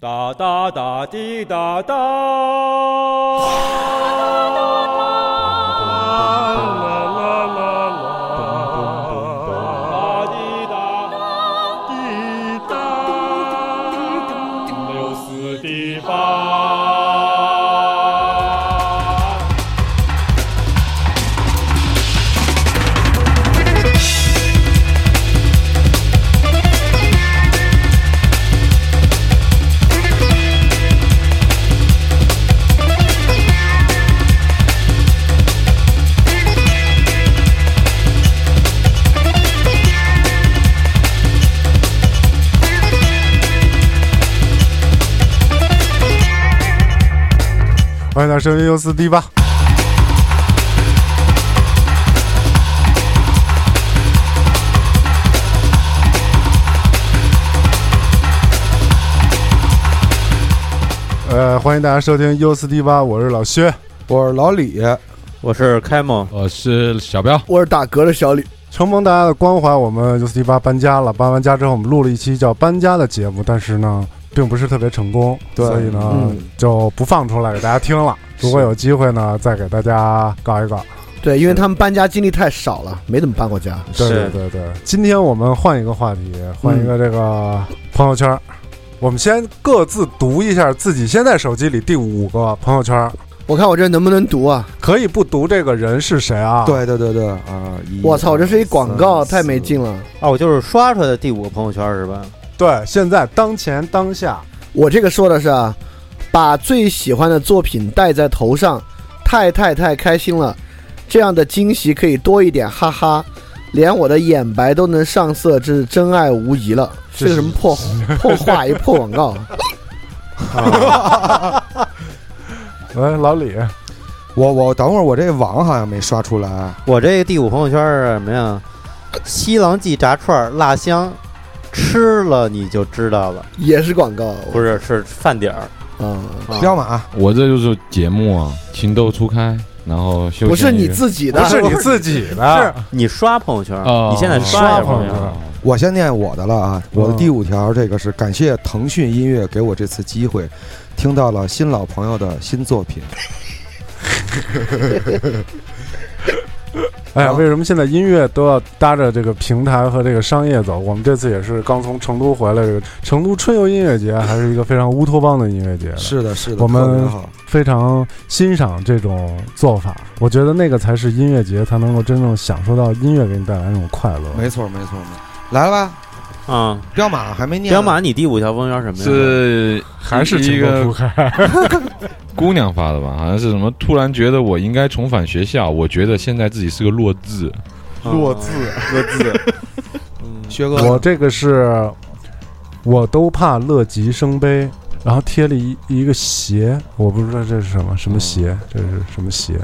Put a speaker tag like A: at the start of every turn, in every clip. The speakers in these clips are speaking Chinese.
A: 哒哒哒滴哒哒，啦啦啦啦啦，哒滴哒滴哒，六四的八。
B: 欢迎大家收听优四 D 吧。呃，欢迎大家收听 U 四 D 八，我是老薛。
C: 我是老李，
D: 我是开蒙，
E: 我呃是小彪，
C: 我是打嗝的小李。
B: 承蒙大家的关怀，我们 U 四 D 八搬家了。搬完家之后，我们录了一期叫《搬家》的节目，但是呢，并不是特别成功，
C: 对
B: 所以呢、
C: 嗯
B: 就不放出来给大家听了。如果有机会呢，再给大家搞一搞。
C: 对，因为他们搬家经历太少了，没怎么搬过家。
B: 对对
D: 是
B: 对对，今天我们换一个话题，换一个这个朋友圈儿。我们先各自读一下自己现在手机里第五个朋友圈儿，
C: 我看我这能不能读啊？
B: 可以不读这个人是谁啊？，
F: 对对对对啊！一
C: 我操，这是一广告，
F: 二三
C: 太没劲了。
D: 哦，我就是刷出来的第五个朋友圈是吧？
B: 对，现在当前当下，
C: 我这个说的是啊，把最喜欢的作品戴在头上，太太太开心了，这样的惊喜可以多一点，哈哈。连我的眼白都能上色，这是真爱无疑了。
B: 这
C: 这个什么破破话一破广告？
B: 喂，哎老李，
F: 我我等会儿我这网好像没刷出来，
D: 我这个第五朋友圈是什么呀？西郎记炸串儿辣香，吃了你就知道了，
C: 也是广告，
D: 不是是饭点儿。
C: 啊，
D: 啊
F: 彪马
E: 我这就是节目啊，情窦初开，然后休闲
C: 不是你
E: 娱乐
C: 自己的
B: 不，是你自己的，
D: 你刷朋友圈，
E: 哦
D: 你现在
B: 刷
D: 刷一下
B: 朋
D: 朋
B: 友
D: 友
B: 圈
D: 圈，
E: 啊
F: 我先念我的了啊！我的
B: 嗯
F: 第五条，这个是感谢腾讯音乐给我这次机会，听到了新老朋友的新作品。
B: 哎呀，
F: 啊
B: 为什么现在音乐都要搭着这个平台和这个商业走？我们这次也是刚从成都回来，这个成都春游音乐节还是一个非常乌托邦的音乐节，
F: 是的，是的，
B: 我们
F: 特别好。
B: 非常欣赏这种做法。我觉得那个才是音乐节，才能够真正享受到音乐给你带来那种快乐。
F: 没错，没错，没错。来吧，
D: 啊，
F: 彪马还没念呢。
D: 彪马，你第五条朋友圈什么呀？
E: 是
B: 还是
E: 一
B: 情窦初
E: 个
B: 开，
E: 姑娘发的吧？好像是什么？突然觉得我应该重返学校，我觉得现在自己是个弱智。
D: 啊
F: 弱智，
D: 弱智。嗯
F: 薛哥，
B: 我这个是，我都怕乐极生悲，然后贴了一一个鞋，我不知道这是什么什么鞋，这是什么鞋？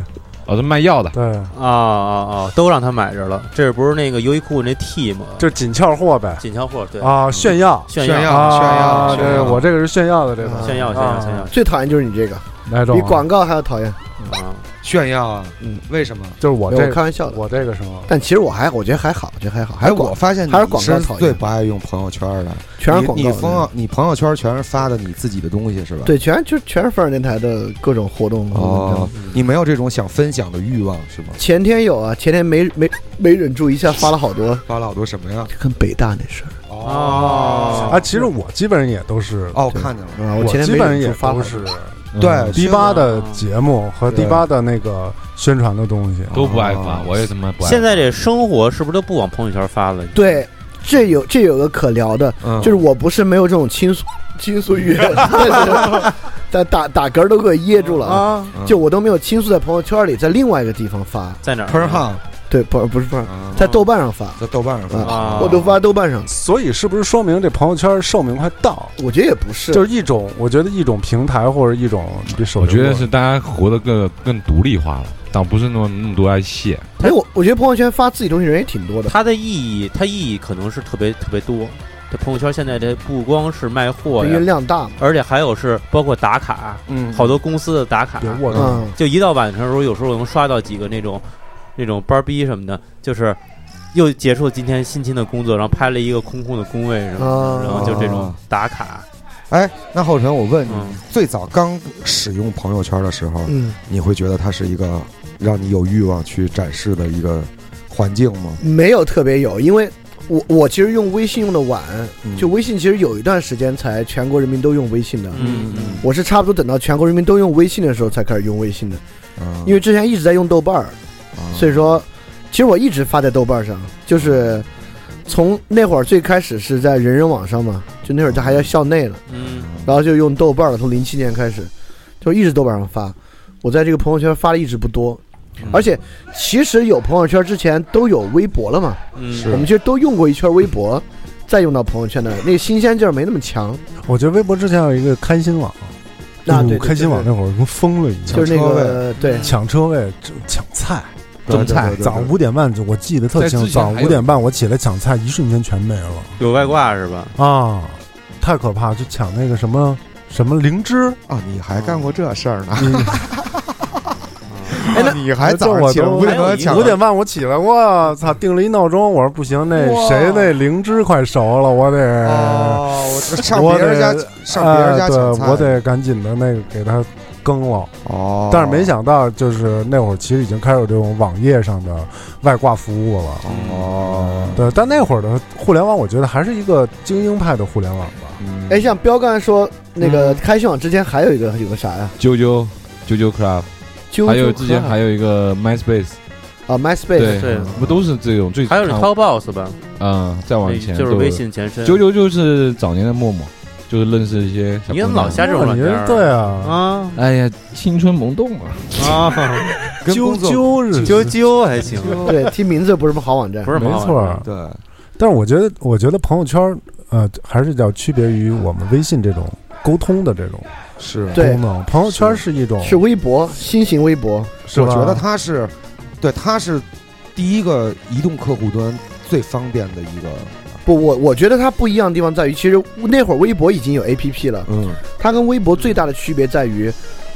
E: 哦，是卖药的，
B: 对，
D: 啊啊啊！都让他买着了，这不是那个优衣库那 T 吗？
B: 就是紧俏货呗，
D: 锦桥货对
B: 啊，炫耀。
D: 炫
F: 炫耀
B: 啊，
F: 炫耀
B: 对，我这个是炫耀的这
F: 啊
B: 个，
D: 炫耀炫
B: 啊
D: 耀炫耀
C: 最讨厌就是你这个，
B: 哪种啊？
C: 比广告还要讨厌。
D: 啊！
F: 炫耀啊？
C: 嗯，
F: 为什么？
B: 就是我
C: 没有
B: 这
C: 我
B: 个，
C: 开玩笑的。
B: 我这个是吗？
C: 但其实我还，我觉得还好，我觉得还好，
F: 哎，
C: 还
F: 我
C: 广，
F: 发现你
C: 还是广告
F: 是
C: 讨厌
F: 最不爱用朋友圈的，
C: 全是广
F: 你你啊朋
C: 告
F: 友，你朋友圈全是发的你自己的东西是吧？
C: 的，对，全就全是富尔电台的各种活动。
F: 哦，
C: 嗯
F: 你没有这种想分享的欲望是吗？
C: 前天有啊，前天没没没忍住，一下发了好多，
F: 发了好多什么呀？
C: 跟北大那事儿
D: 哦
B: 啊，其实我基本上也都是，
F: 哦，看见了，
C: 啊，
B: 我
C: 前天
B: 基
C: 没
B: 本上
C: 忍
B: 也
C: 住发了
B: 都
C: 好多
B: 是
E: 嗯
F: 对
B: 迪吧的节目和
F: 对
B: 迪吧的那个宣传的东西，
E: 都不爱发，
F: 哦
E: 我也他妈不爱发。
D: 现在这生活是不是都不往朋友圈发了？
C: 对，这有这有个可聊的，
F: 嗯
C: 就是我不是没有这种倾诉倾诉欲， 但是但打打嗝都给我噎住了啊，
D: 啊，
F: 嗯
C: 就我都没有倾诉在朋友圈里，在另外一个地方发，
D: 在哪儿呢？
F: 喷哈，
C: 对，不不是不是，
F: 嗯
C: 在豆瓣上发，
F: 在豆瓣上发，
D: 啊，
C: 我都发豆瓣上，
B: 所以是不是说明这朋友圈寿命快到？
C: 我觉得也不是，
B: 就是一种，我觉得一种平台或者一种这手
E: 我
B: 游
E: 觉得是大家活得更更独立化了，但不是那么那么多爱卸。
D: 嗯
C: 哎，我我觉得朋友圈发自己东西人也挺多的，
D: 它的意义，它意义可能是特别特别多。这朋友圈现在这不光是卖货
C: 因为
D: 呀，
C: 量大嘛。
D: 而且还有是包括打卡，
F: 嗯
D: 好多公司的打卡
B: 别，握着
C: 嗯，
D: 就一到晚上的时候，有时候我能刷到几个那种那种班儿逼什么的，就是又结束今天辛勤的工作，然后拍了一个空空的工位什么的，
C: 啊
D: 然后就这种
F: 啊
D: 打卡。
F: 哎，那浩辰，我问你，
D: 嗯
F: 最早刚使用朋友圈的时候，
C: 嗯，
F: 你会觉得它是一个让你有欲望去展示的一个环境吗？
C: 没有特别有，因为我我其实用微信用的晚，就微信其实有一段时间才全国人民都用微信的。
D: 嗯
F: 嗯
C: 我是差不多等到全国人民都用微信的时候才开始用微信的，
D: 嗯
F: 啊，
C: 因为之前一直在用豆瓣儿，
F: 啊
C: 所以说，其实我一直发在豆瓣上，就是
D: 嗯
C: 从那会儿最开始是在人人网上嘛，就那会儿它还叫校内了，
D: 嗯
C: 然后就用豆瓣了，从零七年开始，就一直豆瓣上发。我在这个朋友圈发的一直不多，而且其实有朋友圈之前都有微博了嘛，
D: 嗯
F: 是
C: 我们其实都用过一圈微博，再用到朋友圈的那个新鲜劲儿没那么强。
B: 我觉得微博之前有一个开心网，
C: 那
B: 就
C: 对
B: 嗯
C: 对
B: 开心网
C: 对
B: 那会儿跟疯了一样，
C: 就是那
F: 抢车
C: 个对，
B: 抢车位、这抢菜、
F: 对
B: 争
F: 对
B: 菜
F: 对。对
B: 早
F: 对
B: 五点半，我记得特
E: 在
B: 清，
E: 之前
B: 早
E: 还
B: 五
E: 有
B: 点半我起来抢菜，一瞬间全没了
D: 有外挂是吧？
B: 啊！太可怕，就抢那个什么什么灵芝，
F: 啊，你还干过这事儿呢？
B: 你
F: 哎，那 你还早上起来
B: 这我都
F: 五点多抢
B: 五点半我起来，我操，定了一闹钟，我说不行，那
F: 哇
B: 谁那灵芝快熟了，我得。
F: 哦，我这上
B: 我
F: 别人
B: 得
F: 家上别人家
B: 哎
F: 抢菜，
B: 对，我得赶紧的那个给它更了。
F: 哦，
B: 但是没想到，就是那会儿其实已经开始有这种网页上的外挂服务了。
F: 哦，
B: 对，但那会儿的互联网，我觉得还是一个精英派的互联网吧。
F: 嗯
C: 哎，像彪刚才说那个开心网之前还有一个有个啥呀？
E: 啾啾啾啾 club，
C: 啾
E: 还
C: 啾
E: 有之前
C: club
E: 还有一个 MySpace，
C: 啊，MySpace
D: 对
E: 不都是这种最
D: 嗯还有是
E: 看
D: Top Boss 吧，
E: 嗯，再往前
D: 就是
E: 都有
D: 微。信前身。
E: 啾啾就是早年的陌陌，就是认识一些小
D: 你怎么
E: 姑娘
D: 老瞎这种软
B: 你
D: 件儿
B: 对啊，
D: 啊
E: 哎呀，青春萌动嘛，
D: 啊，
F: 跟
B: 啾
F: 工作
B: 啾是
D: 啾啾还行，
C: 对，听名字不是什么好网站
D: 不。是
B: 没
D: 吗
B: 错儿。
F: 对
B: 但是我觉得，我觉得朋友圈儿，呃，还是要区别于我们微信这种沟通的这种
F: 是，
C: 对
B: 功能。朋友圈儿是一种，
C: 是微博，新型微博，
B: 是
F: 我
B: 吧
F: 觉得它是，对，它是第一个移动客户端最方便的一个，
C: 不，我我觉得它不一样的地方在于，其实那会儿微博已经有 APP 了，
F: 嗯，
C: 它跟微博最大的区别在于，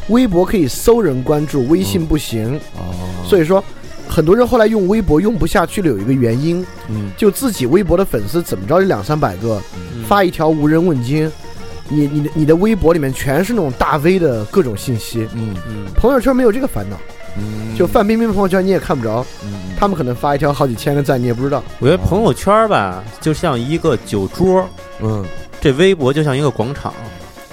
C: 微博可以搜人关注，微信不行。
F: 哦，
C: 所
F: 以，
C: 以说，很多人后来用微博用不下去了，有一个原因，
F: 嗯，
C: 就自己微博的粉丝怎么着也两三百个，
D: 嗯
C: 发一条无人问津，你你的你的微博里面全是那种大 V 的各种信息，
F: 嗯
D: 嗯
C: 朋友圈没有这个烦恼，
F: 嗯，
C: 就范冰冰的朋友圈你也看不着，
F: 嗯，
C: 他们可能发一条好几千个赞，你也不知道。
D: 我觉得朋友圈儿吧，就像一个酒桌，
F: 嗯，
D: 这微博就像一个广场，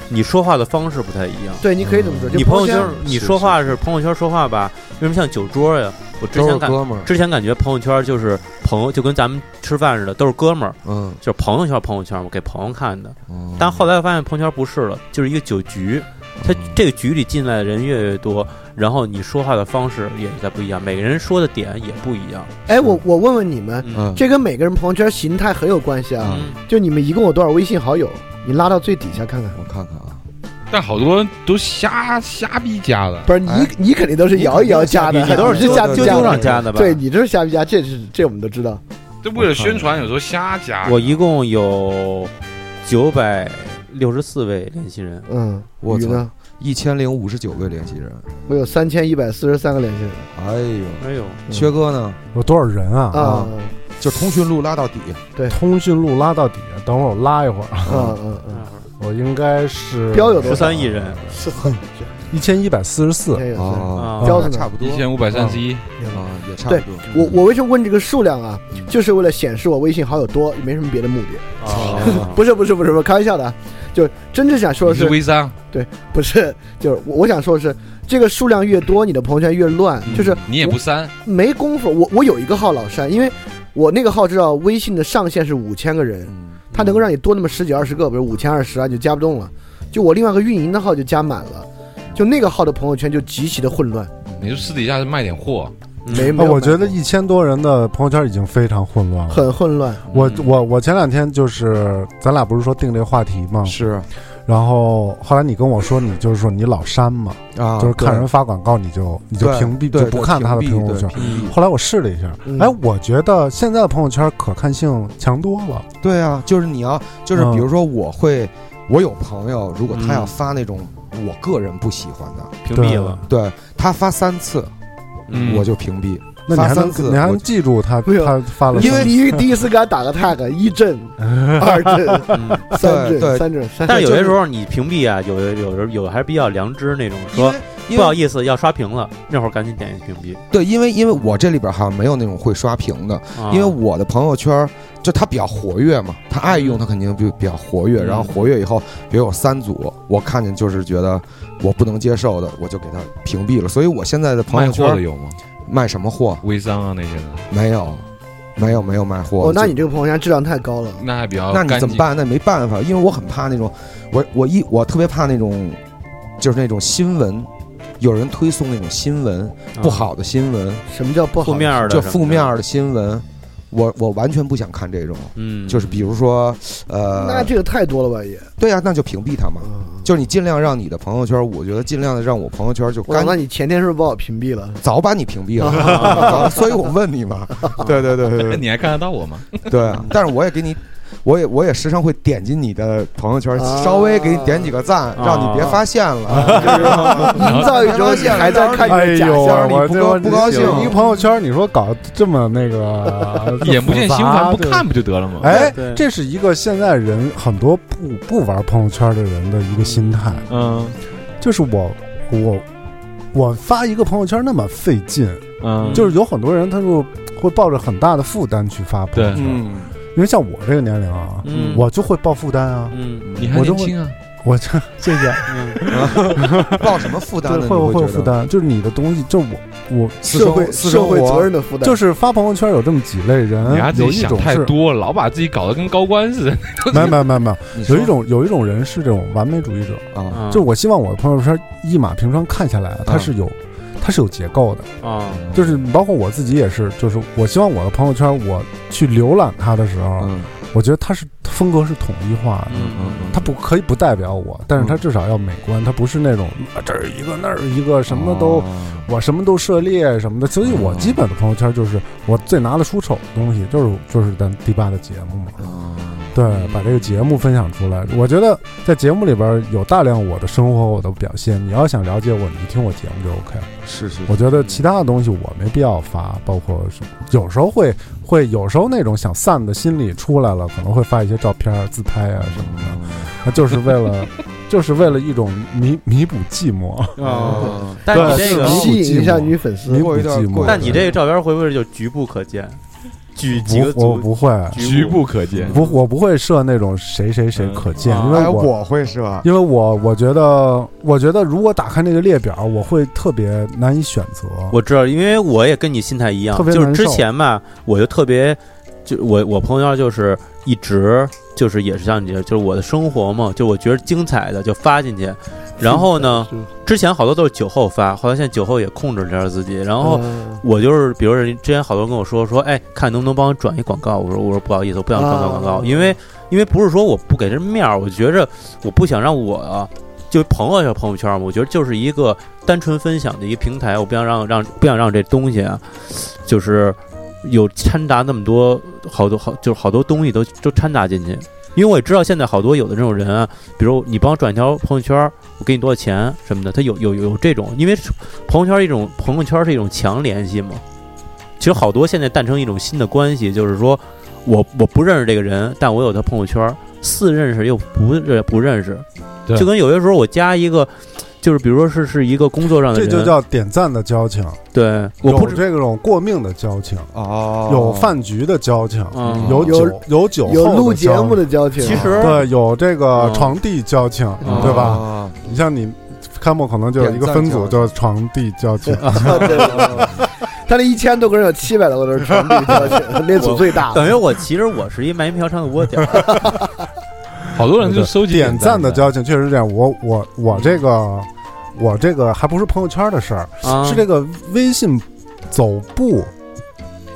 D: 你说话的方式不太一样。
C: 对，你可以怎么说？就
D: 你朋友圈儿
F: 是
D: 你说话是朋友圈说话吧，为什么像酒桌呀？我之
F: 都是
D: 前感
F: 哥们儿，
D: 之前感觉朋友圈儿就是朋友，就跟咱们吃饭似的，都是哥们儿，
F: 嗯，
D: 就是朋友圈儿朋友圈儿嘛，给朋友看的。
F: 嗯
D: 但后来我发现朋友圈不是了，就是一个酒局，它这个局里进来的人越来越多，然后你说话的方式也在不一样，每个人说的点也不一样。
C: 哎，我我问问你们，
F: 嗯，
C: 这跟每个人朋友圈形态很有关系啊。
D: 嗯
C: 就你们一共有多少微信好友？你拉到最底下看看。
F: 我看看啊，
E: 但好多人都瞎瞎逼加的。
C: 不是你
F: 哎，
C: 你肯定都是摇一摇加的，
F: 你肯定
D: 都是
C: 你瞎
D: 啾
C: 逼
D: 啾
C: 加
D: 啾
C: 的
D: 上加的吧？
C: 对，你这是瞎逼加，这是这我们都知道。
E: 这为了宣传，有时候瞎加。
D: 我一共有九百六十四位联系人，
C: 嗯，
F: 我
C: 鱼
F: 操
C: 呢？
F: 一千零五十九位联系人，
C: 我有三千一百四十三个联系人
F: 哎呦，
D: 哎呦，
F: 薛哥呢，
B: 有多少人啊？
C: 啊
F: 就通讯录拉到底，
B: 通讯录拉到底，等会儿我拉一会儿，
C: 啊啊啊！
D: 嗯
B: 我应该是
C: 标有
D: 十
C: 多少？
D: 三亿人
C: 是
B: 一千一百四十四，
C: 也有
F: 啊，
D: 啊
C: 标
F: 那
C: 准
F: 差不多
E: 一千五百三十一，
C: 嗯
F: 啊，也差不多，
C: 我我为什么问这个数量啊？就是为了显示我微信好友多，没什么别的目的。
D: 啊
C: 不是不是不是不是，开玩笑的啊，就是真正想说
E: 你
C: 的
E: 是
C: 是，
E: 微商，
C: 不是就是我我想说的是，这个数量越多，你的朋友圈越乱，就是
E: 你也不删，
C: 没功夫。我我有一个号老删，因为我那个号知道微信的上限是五千个人，
F: 嗯
C: 它能够让你多那么十几二十个，比如五千二十啊，你就加不动了。就我另外一个运营的号就加满了，就那个号的朋友圈就极其的混乱，
E: 你
C: 没
E: 就私底下卖点货，
D: 嗯
C: 没有
B: 啊，
C: 办法。
B: 我觉得一千多人的朋友圈已经非常混乱了。
C: 很混乱，
B: 我我我前两天就是咱俩不是说定这个话题吗？
F: 嗯是
B: 然后后来你跟我说，你就是说你老删嘛，
F: 啊，
B: 就是看
F: 对
B: 人发广告你就你就
F: 对
B: 屏蔽
F: 对
B: 就不看他的
F: 屏
B: 朋
F: 蔽
B: 友圈
F: 对。屏
B: 后来我试了一下，
C: 嗯
B: 哎，我觉得现在的朋友圈可看性强多了。
F: 蔽对啊，就是你要，就是
B: 嗯
F: 比如说，我会，我有朋友，如果他要
D: 嗯
F: 发那种我个人不喜欢的，
D: 屏蔽了，
F: 对他发三次，
E: 嗯
F: 我就屏蔽，
B: 那你
F: 发
B: 还
F: 三
B: 能
F: 次
B: 你还
F: 我
B: 能记住他
C: 没有
B: 他发了
C: 因为
B: 什么
C: 你第一次给他打个 tag，一 阵、二阵、
D: 嗯
C: 三
F: 对对
C: 阵、三阵、
D: 但
C: 三阵。
D: 是有些时候你屏蔽啊，有有有人有还是比较良知那种，
F: 因
D: 说
F: 为因
D: 不好
F: 为
D: 意思要刷屏了，那会儿赶紧点一屏蔽。
F: 对，因为因为我这里边好像没有那种会刷屏的，
D: 啊
F: 因为我的朋友圈就他比较活跃嘛，他爱用他肯定就比较活跃，
D: 嗯
F: 然后活跃以后，比如有三组，我看见就是觉得我不能接受的，我就给他屏蔽了。所以我现在的朋
E: 卖
F: 友
E: 货的
F: 圈
E: 有吗？
F: 卖什么货
E: 微商啊那些的，
F: 没有，没有没有卖货。
C: 哦，那
F: 就
C: 你这个朋友圈质量太高了。
E: 哦那还比较
F: 那你
E: 干
F: 怎么
E: 净？
F: 办？那没办法，因为我很怕那种，我我一我特别怕那种，就是那种新闻，有人推送那种新闻，
D: 啊
F: 不、好的新闻，
C: 什么叫不
D: 啊负
C: 好？
D: 面儿的
F: 就
D: 什么
F: 负
D: 的
F: 面，的新闻，我我完全不想看这种。
D: 嗯，
F: 就是比如说，
C: 那
F: 呃，
C: 这个太多了吧也。
F: 对啊，那就屏蔽他嘛。
C: 嗯
F: 就是你尽量让你的朋友圈，我觉得尽量的让我朋友圈就
C: 我
F: 干
C: 那，你前天是不是把我屏蔽了？
F: 早把你 屏蔽了，
D: 啊
F: 所以我问你嘛。对对对对对
E: 那哎你还看得到我吗？
F: 对，啊但是我也给你，我也我也时常会点进你的朋友圈，
C: 啊
F: 稍微给你点几个赞，
B: 啊
F: 让你别发 现了。
C: 营造一种你还在看你
B: 哎
C: 的假
B: 呦，
C: 象
F: 象
B: 我
F: 你不
B: 这
F: 高
B: 我
F: 不高兴
B: 一个朋友圈，你说搞这么那个
E: 眼不见心烦，
B: 这么复
E: 不。
B: 杂对
E: 看不就得了吗？
B: 哎
D: 对，
B: 这是一个现在人很多不不玩朋友圈的人的一个心态，
E: 嗯
B: 就是我我我发一个朋友圈那么费劲，
E: 嗯，
B: 就是有很多人他就会抱着很大的负担去发朋友
E: 对
B: 圈，
F: 嗯，
B: 因为像我这个年龄啊，
D: 嗯
B: 我就会抱负担啊，
D: 嗯
E: 你还
B: 我就
E: 年轻啊，
B: 我这谢谢，
D: 嗯
F: 抱什么负担
B: 对，
F: 呢？
B: 会
F: 你
B: 会有
F: 觉
B: 负
F: 得？
B: 担，就是你的东西，就是我我
F: 私
C: 社
F: 生
C: 会
F: 私
C: 社
F: 生
C: 会责
F: 活
C: 任的负担。
B: 就是发朋友圈有这么几类人
E: 你还，
B: 嗯
E: 自
B: 有
E: 己
B: 一
E: 想
B: 种
E: 太
B: 是
E: 多了，老把自己搞得跟高官似的。
B: 没有没有没有 没有，
F: 你说
B: 有一种有一种人是这种完美主义者，
F: 啊，
D: 嗯
B: 就是我希望我的朋友圈一码平川看下来啊，它是有。它是有结构的，
D: 啊
B: 就是包括我自己也是，就是我希望我的朋友圈，我去浏览它的时候，
F: 嗯
B: 我觉得它是风格是统一化的，
F: 嗯嗯嗯，
B: 它不可以不代表我，但
E: 嗯
B: 是它至少要美观，它不是那种啊这儿一个那儿一个什么都、
E: 哦
B: 我什么都涉猎什么的，所以我基本的朋友圈就是我最拿得出手的东西，就是就是咱第八的节目嘛，
F: 哦
B: 嗯对，把这个节目分享出来。我觉得在节目里边有大量我的生活、我的表现，你要想了解我，你就听我节目就 OK。
F: 是是，
B: 我觉得其他的东西我没必要发，包括什么有时候会会有时候那种想散的心理出来了，可能会发一些照片儿、自拍啊什么的，那就是为了 就是为了一种弥弥补寂寞。
D: 啊！但你
B: 对
D: 这个，
C: 吸引一下女粉丝
B: 弥，
F: 过
B: 补
F: 一段
B: 寂寞
F: 过一。
D: 但你这个照片会不会就局部可见？举几个
B: 不，我
D: 组嗯
B: 不会，
E: 局部可见，
B: 不，我不会设那种谁谁谁可见，
C: 啊
D: 嗯
B: 因为
F: 哎，
B: 我。
F: 我会是吧？
B: 因为我我觉得，我觉得如果打开那个列表，我会特别难以选择。
D: 我知道，因为我也跟你心态一样
B: 特，别
D: 就是
B: 难
D: 之
B: 受
D: 前吧，我就特别，就我我朋友圈就是一直就是也是像你这，就是我的生活嘛，就我觉得精彩的就发进去，然后呢，之前好多都是酒后发，后来现在酒后也控制了点自己，然后
C: 嗯
D: 我就是，比如人之前好多人跟我说说，哎，看能不能帮我转一广告。我说我说不好意思，我不想转广告，
C: 啊
D: 因为因为不是说我不给人面儿，我觉着我不想让我啊就朋友叫朋友圈嘛，我觉得就是一个单纯分享的一个平台，我不想让让不想让这东西啊，就是有掺杂那么多好多好就是好多东西都都掺杂进去。因为我也知道现在好多有的这种人啊，比如你帮我转一条朋友圈儿，我给你多少钱什么的，他有有有这种，因为朋友圈一种朋友圈是一种强联系嘛。其实好多现在诞生一种新的关系，就是说我我不认识这个人，但我有他朋友圈，似认识又不认不认识，
E: 对
D: 就跟有些时候我加一个，就是比如说是是一个工作上的
B: 这
D: 人，
B: 就叫点赞的交情，
D: 对，我不
B: 有
D: 知
B: 这种过命的交情，
F: 哦，
B: 有饭局的交情，
D: 嗯
B: 有
C: 有
B: 酒有酒
C: 有
B: 后
C: 录
B: 的交
C: 节目的交情，
D: 其实
B: 对，有这个
D: 嗯
B: 床地交情，
F: 哦
D: 嗯
B: 对吧？
F: 吧？
B: 你像你看莫，可能就有一个分组叫床地交情，
C: 啊对吧他那一千多个人有七百多个人是成立交情，那组最大。
D: 等于我其实我是一卖淫嫖娼的窝点 儿，
E: 好多人就收集
B: 点赞的嗯
E: 的，
B: 交情，确实是这样。我我我这个我这个还不是朋友圈的事儿，
D: 啊
B: 是这个微信走步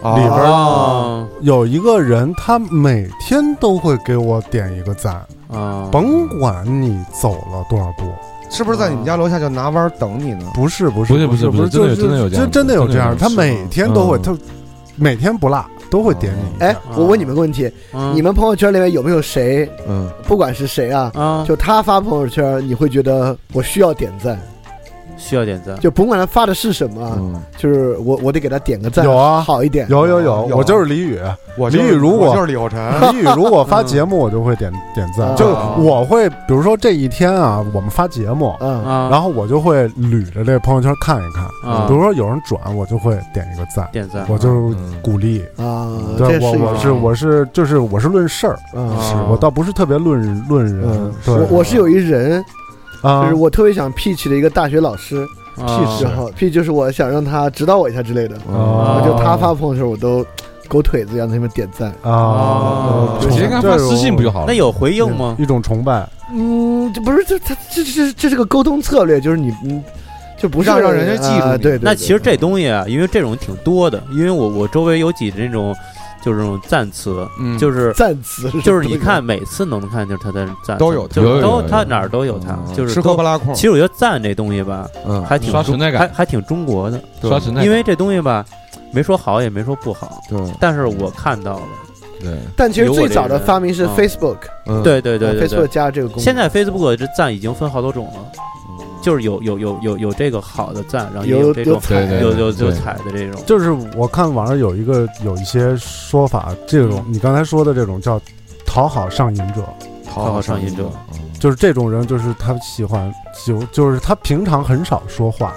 F: 哦
B: 里边儿
D: 啊
B: 有一个人，他每天都会给我点一个赞，
D: 啊，
B: 甭管你走了多少步。
F: 是不是在你们家楼下就拿弯儿等你呢？
B: 不是不是
E: 不是
B: 不
E: 不
B: 不是，
E: 是
B: 就是
E: 真的有真的有这样
B: 就
E: 的
B: 真的有这样的，他
E: 真的有
B: 每天都会，
E: 嗯
B: 他每天不落都会点你一下。
C: 哎，我问你们个问题：
D: 嗯
C: 你们朋友圈里面有没有谁，
F: 嗯，
C: 不管是谁啊，
D: 啊，
C: 就他发朋友圈，你会觉得我需要点赞？
D: 需要点赞。
C: 就甭管他发的是什么，啊，
F: 嗯，
C: 就是我我得给他点个赞，
B: 有啊
C: 好一点。
B: 有有有，
G: 有
B: 我就是李宇。
G: 我就是
B: 李宇如果
G: 我就是李厚辰，
B: 李宇如果发节目，我就会点点赞
C: 啊。
B: 就是我会，比如说这一天啊，我们发节目，
C: 嗯，
D: 啊，
B: 然后我就会捋着这朋友圈看一看。
D: 啊
B: 比如说有人转，我就会点一个赞，
D: 点赞，
B: 我就是
E: 嗯
B: 鼓励。
C: 啊，这
B: 对我
C: 一个
B: 我是我是就是我是论事儿，
C: 嗯
B: 是我倒不是特别论论人
C: 嗯。
B: 对
C: 我我是有一人，就
B: 啊
C: 是，我特别想 P 起的一个大学老师，
D: 啊
B: 是
C: 然后 P 就是我想让他指导我一下之类的，
B: 哦
C: 我就他发朋友圈我都狗腿子让他们点赞，
B: 啊
D: 哦，
B: 崇
E: 直接给他发私信不就好了？
D: 那有回应吗？
B: 一种崇拜？
C: 嗯，这不是这他这这这是个沟通策略，就是你嗯，就不是
G: 让让人家记住
C: 啊
G: 你
C: 对对，
D: 那
C: 对
D: 其实这东西啊，因为这种挺多的，因为我我周围有几那种就是那种赞词，
G: 嗯
D: 就是
C: 赞词
D: 就是你
B: 啊
D: 看每次能看就是他的赞词
F: 都有嗯
D: 就
E: 有
D: 是
E: 有
D: 都
E: 有
D: 他
E: 有
D: 哪儿都有他，就是
F: 吃喝
D: 都
F: 不。拉空
D: 其，实我觉得赞这东西吧，
F: 嗯，
D: 还挺
E: 刷
D: 中
E: 存在感
D: 还还挺中国的，
E: 刷存在感
D: 因为这东西吧，没说好也没说不好，
F: 对
D: 但是我看到了，
E: 对，
C: 但其实
D: 有我
C: 最
D: 这
C: 早的
D: 人
C: 发明是
D: 嗯
C: Facebook，
F: 嗯
D: 对对对
C: 啊
D: 对对
C: Facebook 加了这个功能。
D: 现在 Facebook 这赞已经分好多种了，
E: 嗯
D: 就是有有有有有这个好的赞，然后也
C: 有
D: 这种
C: 彩
E: 对对
D: 有有
E: 对
D: 有彩的这种，
B: 就是我看网上有一个有一些说法，这种你刚才说的这种叫讨好上瘾者，
D: 讨好上瘾者，
B: 就是这种人，就是他喜欢就就是他平常很少说话，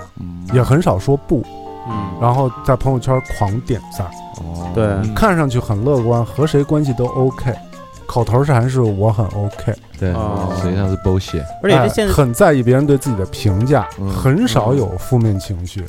B: 也很少说不，
D: 嗯，
B: 然后在朋友圈狂点赞，
E: 哦
D: 对，
E: 嗯
B: 看上去很乐观，和谁关系都 OK，口头上还是我很 OK，
E: 对
D: 哦，
E: 实际上是 bullshit。
D: 而且这
B: 哎
D: 现在
B: 很在意别人对自己的评价，
F: 嗯
B: 很少有负面情绪。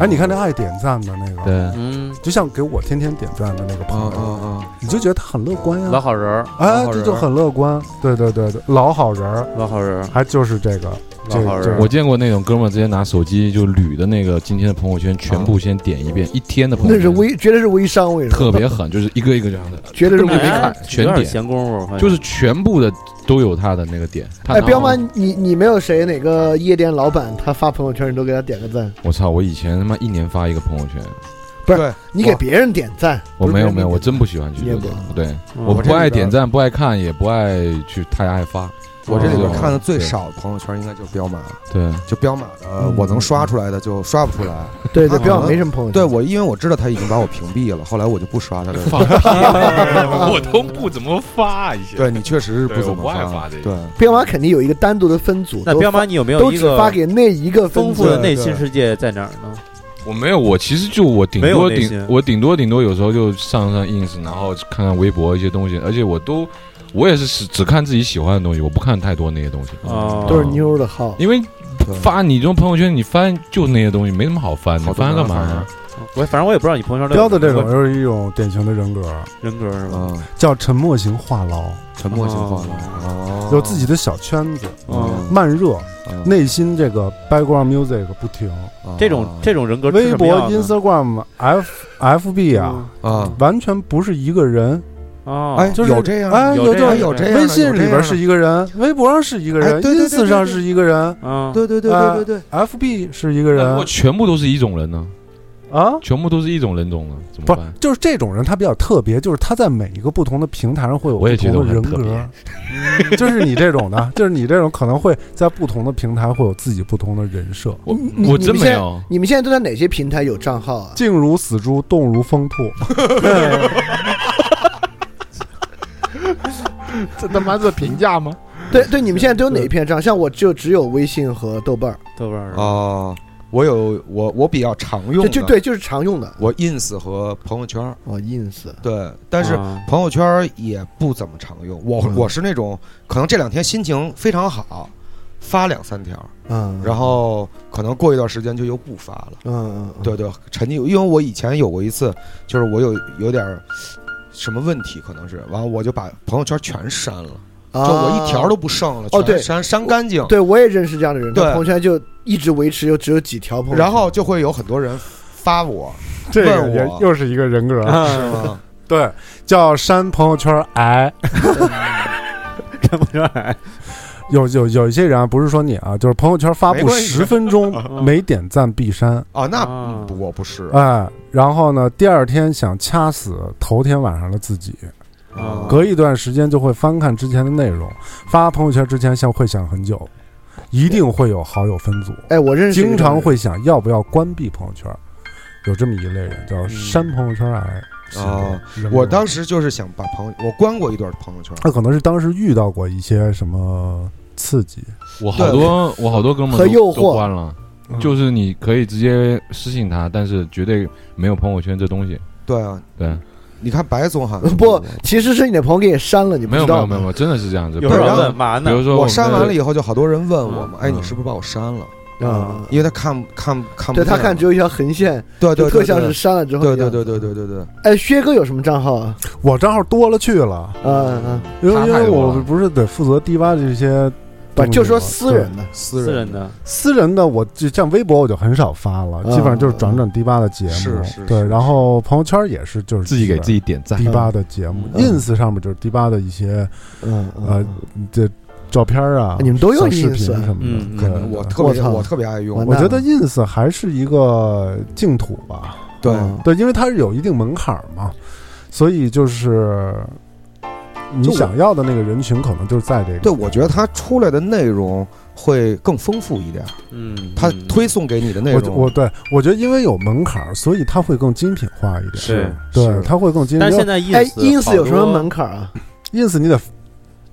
B: 哎，你看那爱点赞的那个，
E: 嗯对，
D: 嗯，
B: 就像给我天天点赞的那个朋
F: 嗯
B: 友，
F: 嗯嗯，
B: 你就觉得他很乐观呀，
D: 老好人儿，
B: 哎
F: 老，好
B: 这
F: 人
B: 就很乐观。对对对对，老好人儿，
D: 老好人儿，
B: 还就是这个，这
D: 老好人
B: 这
D: 儿
E: 我见过那种哥们儿直接拿手机就捋的那个今天的朋友圈，全部先点一遍，一天的朋友
C: 那
E: 圈，
C: 是微，绝对是微商，我跟你说，
E: 特别狠，就是一个一个这样的，
C: 绝对是微
E: 没
D: 哎
C: 商。
E: 看全
D: 有点
E: 点
D: 闲工夫，我发现
E: 就是全部的都有他的那个点。他
C: 哎，
E: 拿
C: 彪
D: 啊
C: 妈，你你没有谁哪个夜店老板他发朋友圈，你都给他点个赞，
E: 我操！我以前他妈一年发一个朋友圈，
C: 你给别人点赞，
E: 我没有没有，我
C: 不是
E: 真不喜欢去
C: 你也
E: 做
C: 不
E: 这个。对，
D: 嗯
G: 这
E: 我不
G: 里
E: 爱
G: 边
E: 点赞，不爱看，也不爱去太爱发。
F: 我这里边
E: 哦
F: 看的最
E: 对
F: 少的朋友圈应该就是彪马了，
E: 对，
F: 就彪马的，
B: 嗯
F: 我能刷出来的就刷不出来。
C: 别人点对对，
F: 啊
C: 彪马没什么朋友圈，
F: 对我，因为我知道他已经把我屏蔽了，后来我就不刷 他了。
E: 我都不怎么发一些。
F: 对你确实是
E: 对
F: 不怎
E: 我不
F: 么
E: 爱
F: 发
E: 发这个
F: 对，
C: 彪马肯定有一个单独的分组，
D: 那
C: 都
D: 彪
C: 发
D: 妈，你有没有
C: 都
D: 一
C: 只
D: 个
C: 发给那一个分
D: 丰
C: 组
D: 富的内
C: 对
D: 心世界在哪儿呢？
E: 我没有，我其实就我顶
D: 没有
E: 多
D: 那些
E: 顶我顶多顶多有时候就上上 ins，然后看看微博一些东西，而且我都我也是只只看自己喜欢的东西，我不看太多那些东西。
D: 哦
C: 都是妞儿的号，
F: 嗯
E: 因为
F: 对
E: 发你这种朋友圈，你翻就那些东西，没什么好翻的，
F: 好
E: 你
F: 多
E: 翻干
F: 麻
E: 嘛
F: 烦
E: 呀？
D: 我反正我也不知道你朋友圈都
B: 彪
D: 有
B: 子这种
D: 什么
B: 就是一种典型的人格，
D: 人格是吧？
F: 嗯，
B: 叫沉默型话痨，
F: 沉默型话
D: 哦
F: 痨，哦
B: 有自己的小圈子，
D: 嗯，
B: 慢热，
F: 嗯
B: 内心这个 background music 不停，
F: 哦
D: 嗯这
E: 嗯
D: 种这种人格是
B: 微
D: 什么
B: 博、
D: 样的
B: Instagram、F FB 啊，
F: 啊，
B: 完全不是一个人，
D: 哦，
F: 哎，
B: 就是
F: 有这样的，
B: 哎，
D: 有
B: 有
D: 这
B: 这
D: 样
F: 哎
D: 的
F: 有这样的，
B: 微信里边是
F: 有
B: 一个人，微博上是一个
F: 哎
B: 人
F: 对对对
B: ，ins 上是一个人
D: 嗯，
C: 对对对
B: 啊
C: 对对对，
B: ，FB 是一个
F: 哎
E: 那如果
B: 人
E: 全部都是一种人呢？
B: 啊。
E: 全部都是一种人种呢？怎么
B: 不是
E: 办？，
B: 就是这种人，他比较特别，就是他在每一个不同的平台上会有
E: 我
B: 不
E: 也觉得
B: 同
E: 我
B: 的
E: 很
B: 人
E: 特
B: 格
E: 别。
B: 就是你这种的，就是你这种可能会在不同的平台会有自己不同的人设。
E: 我
C: 你
E: 我
C: 你
E: 真
C: 们
E: 没
C: 现在
E: 有。
C: 你们现在都在哪些平台有账号啊？
B: 静如死猪，动如疯兔。
G: 这他妈是评价吗？
C: 对对，你们现在都有哪一篇账？像我就只有微信和豆瓣儿，
D: 豆瓣儿
F: 这样的哦，我有我我比较常用
C: 就
F: 的，
C: 就，对，就是常用的
F: 我 ins 和朋友圈，
C: 哦，ins
F: 对，但是
D: 啊
F: 朋友圈也不怎么常用。我
C: 嗯
F: 我是那种可能这两天心情非常好，发两三条，
C: 嗯，
F: 然后可能过一段时间就又不发了。
C: 嗯嗯
F: 对对，沉浸，因为我以前有过一次，就是我有有点儿什么问题，可能是完了我就把朋友圈全删了，
C: 嗯，
F: 就我一条都
C: 啊
F: 不剩了，
C: 哦
F: 全
C: 对
F: 删删干净。
C: 对我也认识这样的人，他
F: 对
C: 朋友圈就一直维持有只有几条朋友圈，
F: 然后就会有很多人发我，
B: 这个
F: 问
B: 也
F: 我
B: 又是一个人格，
F: 是吗？
B: 对，叫删朋友圈哎癌。
D: 看不出来，
B: 有有有一些人啊，不是说你啊，就是朋友圈发
F: 没
B: 布
F: 关系
B: 十分 钟没点赞必删，
F: 哦，那
D: 啊
F: 不我不是，
B: 哎，然后呢，第二天想掐死头天晚上的自己，
F: 嗯
D: 啊
B: 隔一段时间就会翻看之前的内容，发朋友圈之前像会想很久，一定会有好友分组，
C: 哎，我认识一个
B: 经
C: 这样
B: 常
C: 的人
B: 会想要不要关闭朋友圈。有这么一类人叫删朋友圈癌。
F: 哦
B: 是的
F: 我当时就是想把朋友，我关过一段朋友圈，
B: 他可能是当时遇到过一些什么刺激，
E: 我好多我好多哥们儿
C: 和
E: 都
C: 诱惑
E: 都关了
B: 嗯，
E: 就是你可以直接私信他，但是绝对没有朋友圈这东西。
F: 对啊，
E: 对，
F: 你看白总好像
C: 不，其实是你的朋友给你删了，你不
E: 没有
C: 知
E: 没
C: 道嗯
E: 有没有，没有真的是这样子。
D: 有
E: 比
D: 人
E: 如
F: 然
E: 说
F: 后
D: 问嘛
E: 比
D: 呢？
E: 如说
F: 我
E: 们
F: 删
E: 的
F: 完了以后，就好多人问我嘛，
E: 嗯
F: 哎，
E: 嗯
F: 你是不是把我删了？
C: 有啊，
F: 因为他看看看不
C: 对
F: 见
C: 他看
F: 了
C: 只有一条横线，
F: 对
C: 就
F: 对，
C: 特
F: 对
C: 像是。删了之后
F: 对
C: 一样
F: 对对对对对对，
C: 哎，薛哥有什么账号啊？
B: 我账号多了去了，
C: 啊啊，
B: 因为
E: 他
B: 因
E: 太
B: 为
E: 多
B: 我
E: 了
B: 不是得负责低洼这些
C: 不
B: 东西嘛，
C: 就说私人
B: 对
C: 的，
F: 私
D: 私
F: 人
D: 人的，
B: 私人的，我就像微博我就很少发了，
C: 嗯
B: 基本上就是转转低八的节目，
F: 是是
B: 对，
F: 是
B: 然后朋友圈也是就是
E: 自己给自己点赞
B: 低，八的节目、
C: 嗯
B: i n s 上面就是低八的一些
C: 嗯
B: 呃
C: 嗯，
B: 这照片啊，
C: 你们都用
B: 小视频
C: ins 啊
B: 什么的，
D: 嗯
B: 对
F: 可能我
B: 对
F: 特
C: 我
F: 别
C: 操
F: 我特别爱
C: 完
F: 用，
B: 我
C: 蛋
B: 觉得
C: 了
B: ins 还是一个净土吧，
F: 对
C: 嗯
B: 对，因为它是有一定门槛儿嘛，所以就是你
F: 就我
B: 想要的那个人群，可能就是在这个。
F: 对，我觉得它出来的内容会更丰富一点，
D: 嗯，
F: 它
D: 嗯
F: 推送给你的内
B: 我觉
F: 容，
B: 我对我觉得，因为有门槛儿，所以它会更精品化一点。
D: 是
B: 对，
F: 是
B: 它会更精品。
D: 但是现在
C: 哎
D: ins
C: ，ins 有什么门
D: 槛？
C: 槛啊？
B: ins 你得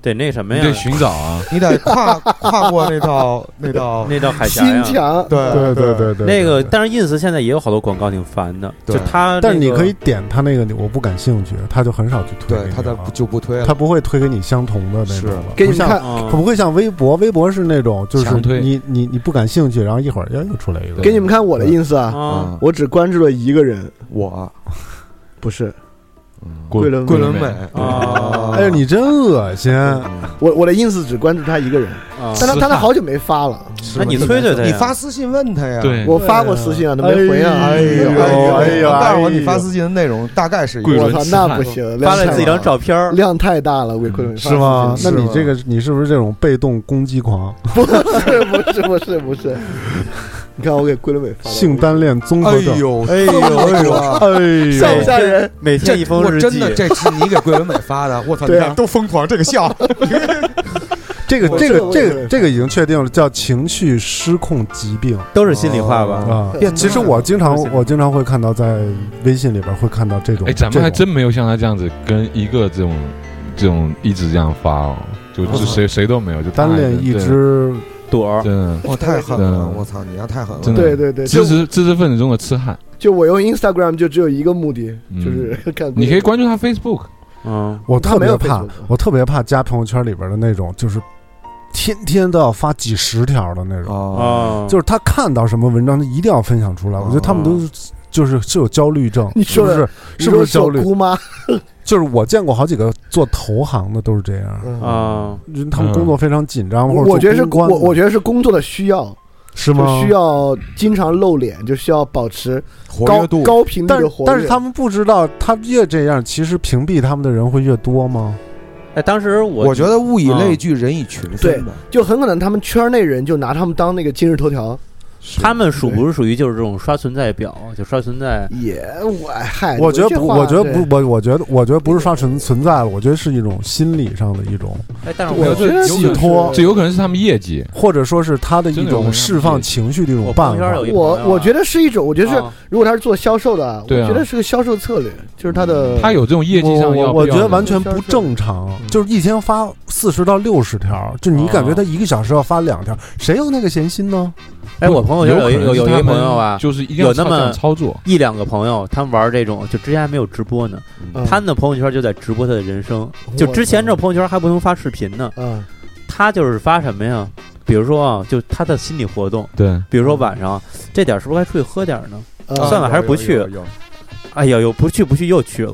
D: 得那什么
E: 你
D: 呀？
E: 得寻找啊。
F: 你得跨跨过那 道那道，
D: 那叫海峡
C: 心
D: 呀。
C: 墙，
B: 对
F: 对
B: 对对对，
D: 那个，
B: 对
D: 但是 ins 现在也有好多广告挺烦的，就
F: 对
D: 它那个，
B: 但是你可以点他那个，你我不感兴趣，他就很少去推给
F: 对，
B: 你了。
F: 它的就不推
B: 他
F: 了，
B: 不会推给你相同的那种了，
F: 是
B: 不
C: 给你们
B: 像
C: 看
B: 它
D: 嗯，
B: 不会像微博，微博是那种就是
E: 强推
B: 你你你不感兴趣，然后一会儿哎又又出来一个，
C: 给你们看我的 ins 啊，
D: 啊，
F: 嗯
C: 我只关注了一个人，
F: 我
C: 不是
D: 嗯
E: 桂
C: 桂纶
F: 桂
C: 镁，
F: 纶镁
D: 啊
B: 哎呦，你真恶心！
F: 嗯
C: 我我的 ins 只关注他一个人，
D: 啊
C: 但他
F: 是
C: 他
F: 看
C: 他好久没发了，
D: 那你催催他呀，
F: 你发私信问他呀，
E: 对，
C: 我发过私信啊，他没回啊，
B: 哎
F: 哎
B: 呦
F: 呦
B: 哎呦
F: 我告诉我，
B: 哎呦
F: 你发私信的内内容大概是一
E: 桂
F: 个
E: 纶
C: 我操，那不行，
D: 发
C: 量
D: 了
C: 太
D: 你自己
C: 大
D: 张照片儿，
C: 量太大了，为困
B: 嗯是吗？那
C: 那
B: 你
F: 吗
B: 这个你是不是这种被动攻击狂、
C: 不是不 是不是不是，你看我给桂纶镁发的
B: 性单恋综合
F: 哎
B: 症？
F: 呦，
B: 哎呦哎呦哎呦！
C: 吓不吓人？
D: 每
F: 这
D: 天一封
F: 我
D: 日记，
F: 真的这是你给桂纶镁发的，我操，
C: 对
F: 你
C: 啊
F: 看都疯狂这个笑，
B: 这个
C: 我
B: 这个
C: 我
B: 这个这个已经确定了，叫情绪失控疾病
D: 都是心里话吧？
B: 啊。
F: 变态
B: 其实我经常
F: 都是心理
B: 我经常会看到在微信里边会看到这种，
E: 哎，咱们
B: 这
E: 还
B: 种
E: 真没有像他这样子跟一个这种这种一直这样发哦，就
B: 啊
E: 就谁谁都没有，就他
B: 单恋一只
D: 朵儿
E: 真，的
F: 我哦太狠
E: 对
F: 了，我操，你丫太狠
E: 真
F: 了，
E: 的
C: 对对对，就
E: 知识知识分子中的痴汉。
C: 就我用 Instagram 就只有一个目的，
E: 嗯
C: 就是 看
E: 你可以关注他 Facebook，
D: 嗯，
B: 我特
C: 他没
B: 别
C: 有
B: 怕
C: Facebook，
B: 我特别怕加朋友圈里边的那种，就是天天都要发几十条的那种，
F: 哦，
D: 啊，
B: 就是他看到什么文章，他一定要分享出来。我觉得他们都是就是是有焦虑症，
C: 你
B: 是
C: 说
B: 不
C: 的
B: 是？
C: 你
B: 是不
C: 说
B: 是焦虑
C: 我？姑妈？
B: 就是我见过好几个做投行的都是这样，
D: 啊，
B: 就是他们工作非常紧张，或者
C: 嗯我觉得是
B: 做公
C: 我
B: 关的
C: 我觉得是工作的需要，
B: 是吗？
C: 就需。要经常露脸，就需要保持
F: 活
C: 高
F: 跃度，
C: 高频率
B: 但
C: 的
B: 是
C: 活跃。
B: 但是他们不知道，他越这样，其实屏蔽他们的人会越多吗？
D: 哎，当时我
F: 我觉得物以类聚，人以群分吧，
C: 就很可能他们圈内人就拿他们当那个今日头条，
D: 他们属不是属于就是这种刷存在表，就刷存在，
C: 也我嗨，
B: 我觉得
C: 这
B: 不，
C: 话
B: 我觉得
C: 对
B: 不，我我觉得我觉得不是刷存存在了，我觉得是一种心理上的一种，
D: 哎，但是
E: 没有
D: 我
E: 这有
B: 寄
E: 可能
B: 托
E: 这有可能是他们业绩，
B: 或者说是他的一
E: 真的有
B: 种
E: 人
B: 释放情绪的一种
D: 我
B: 办
D: 朋友
B: 法
D: 圈。有一朋友啊
C: 我我觉得是一种，我觉得是
D: 啊
C: 如果他是做销售的啊，我
E: 对啊嗯
C: 觉得是个销售策略，就是他的
E: 他有这种业绩
B: 我
E: 上
B: 我
E: 要
B: 我
E: 必
B: 觉
E: 要
B: 得
E: 的
B: 完全不正常，就是一天发四十到六十条，就你感觉他一个小时要发两条，谁有那个闲心呢？
D: 哎，我朋友圈有一有有一个朋友啊，
E: 就是一定要
D: 有那么
E: 这样操作，
D: 一两个朋友，他们玩这种，就之前还没有直播呢，
C: 嗯
D: 他的朋友圈就在直播他的人生，就
C: 我
D: 之前这
C: 操
D: 种朋友圈还不能发视频呢，
C: 嗯
D: 他就是发什么呀？比如说啊，就他的心理活动，
E: 对，
D: 比如说晚上这点儿是不是该出去喝点儿呢？
C: 嗯
D: 算了
F: 有
D: 还是不去
F: 啊有有有
D: 哎呀，又不去不去又去了，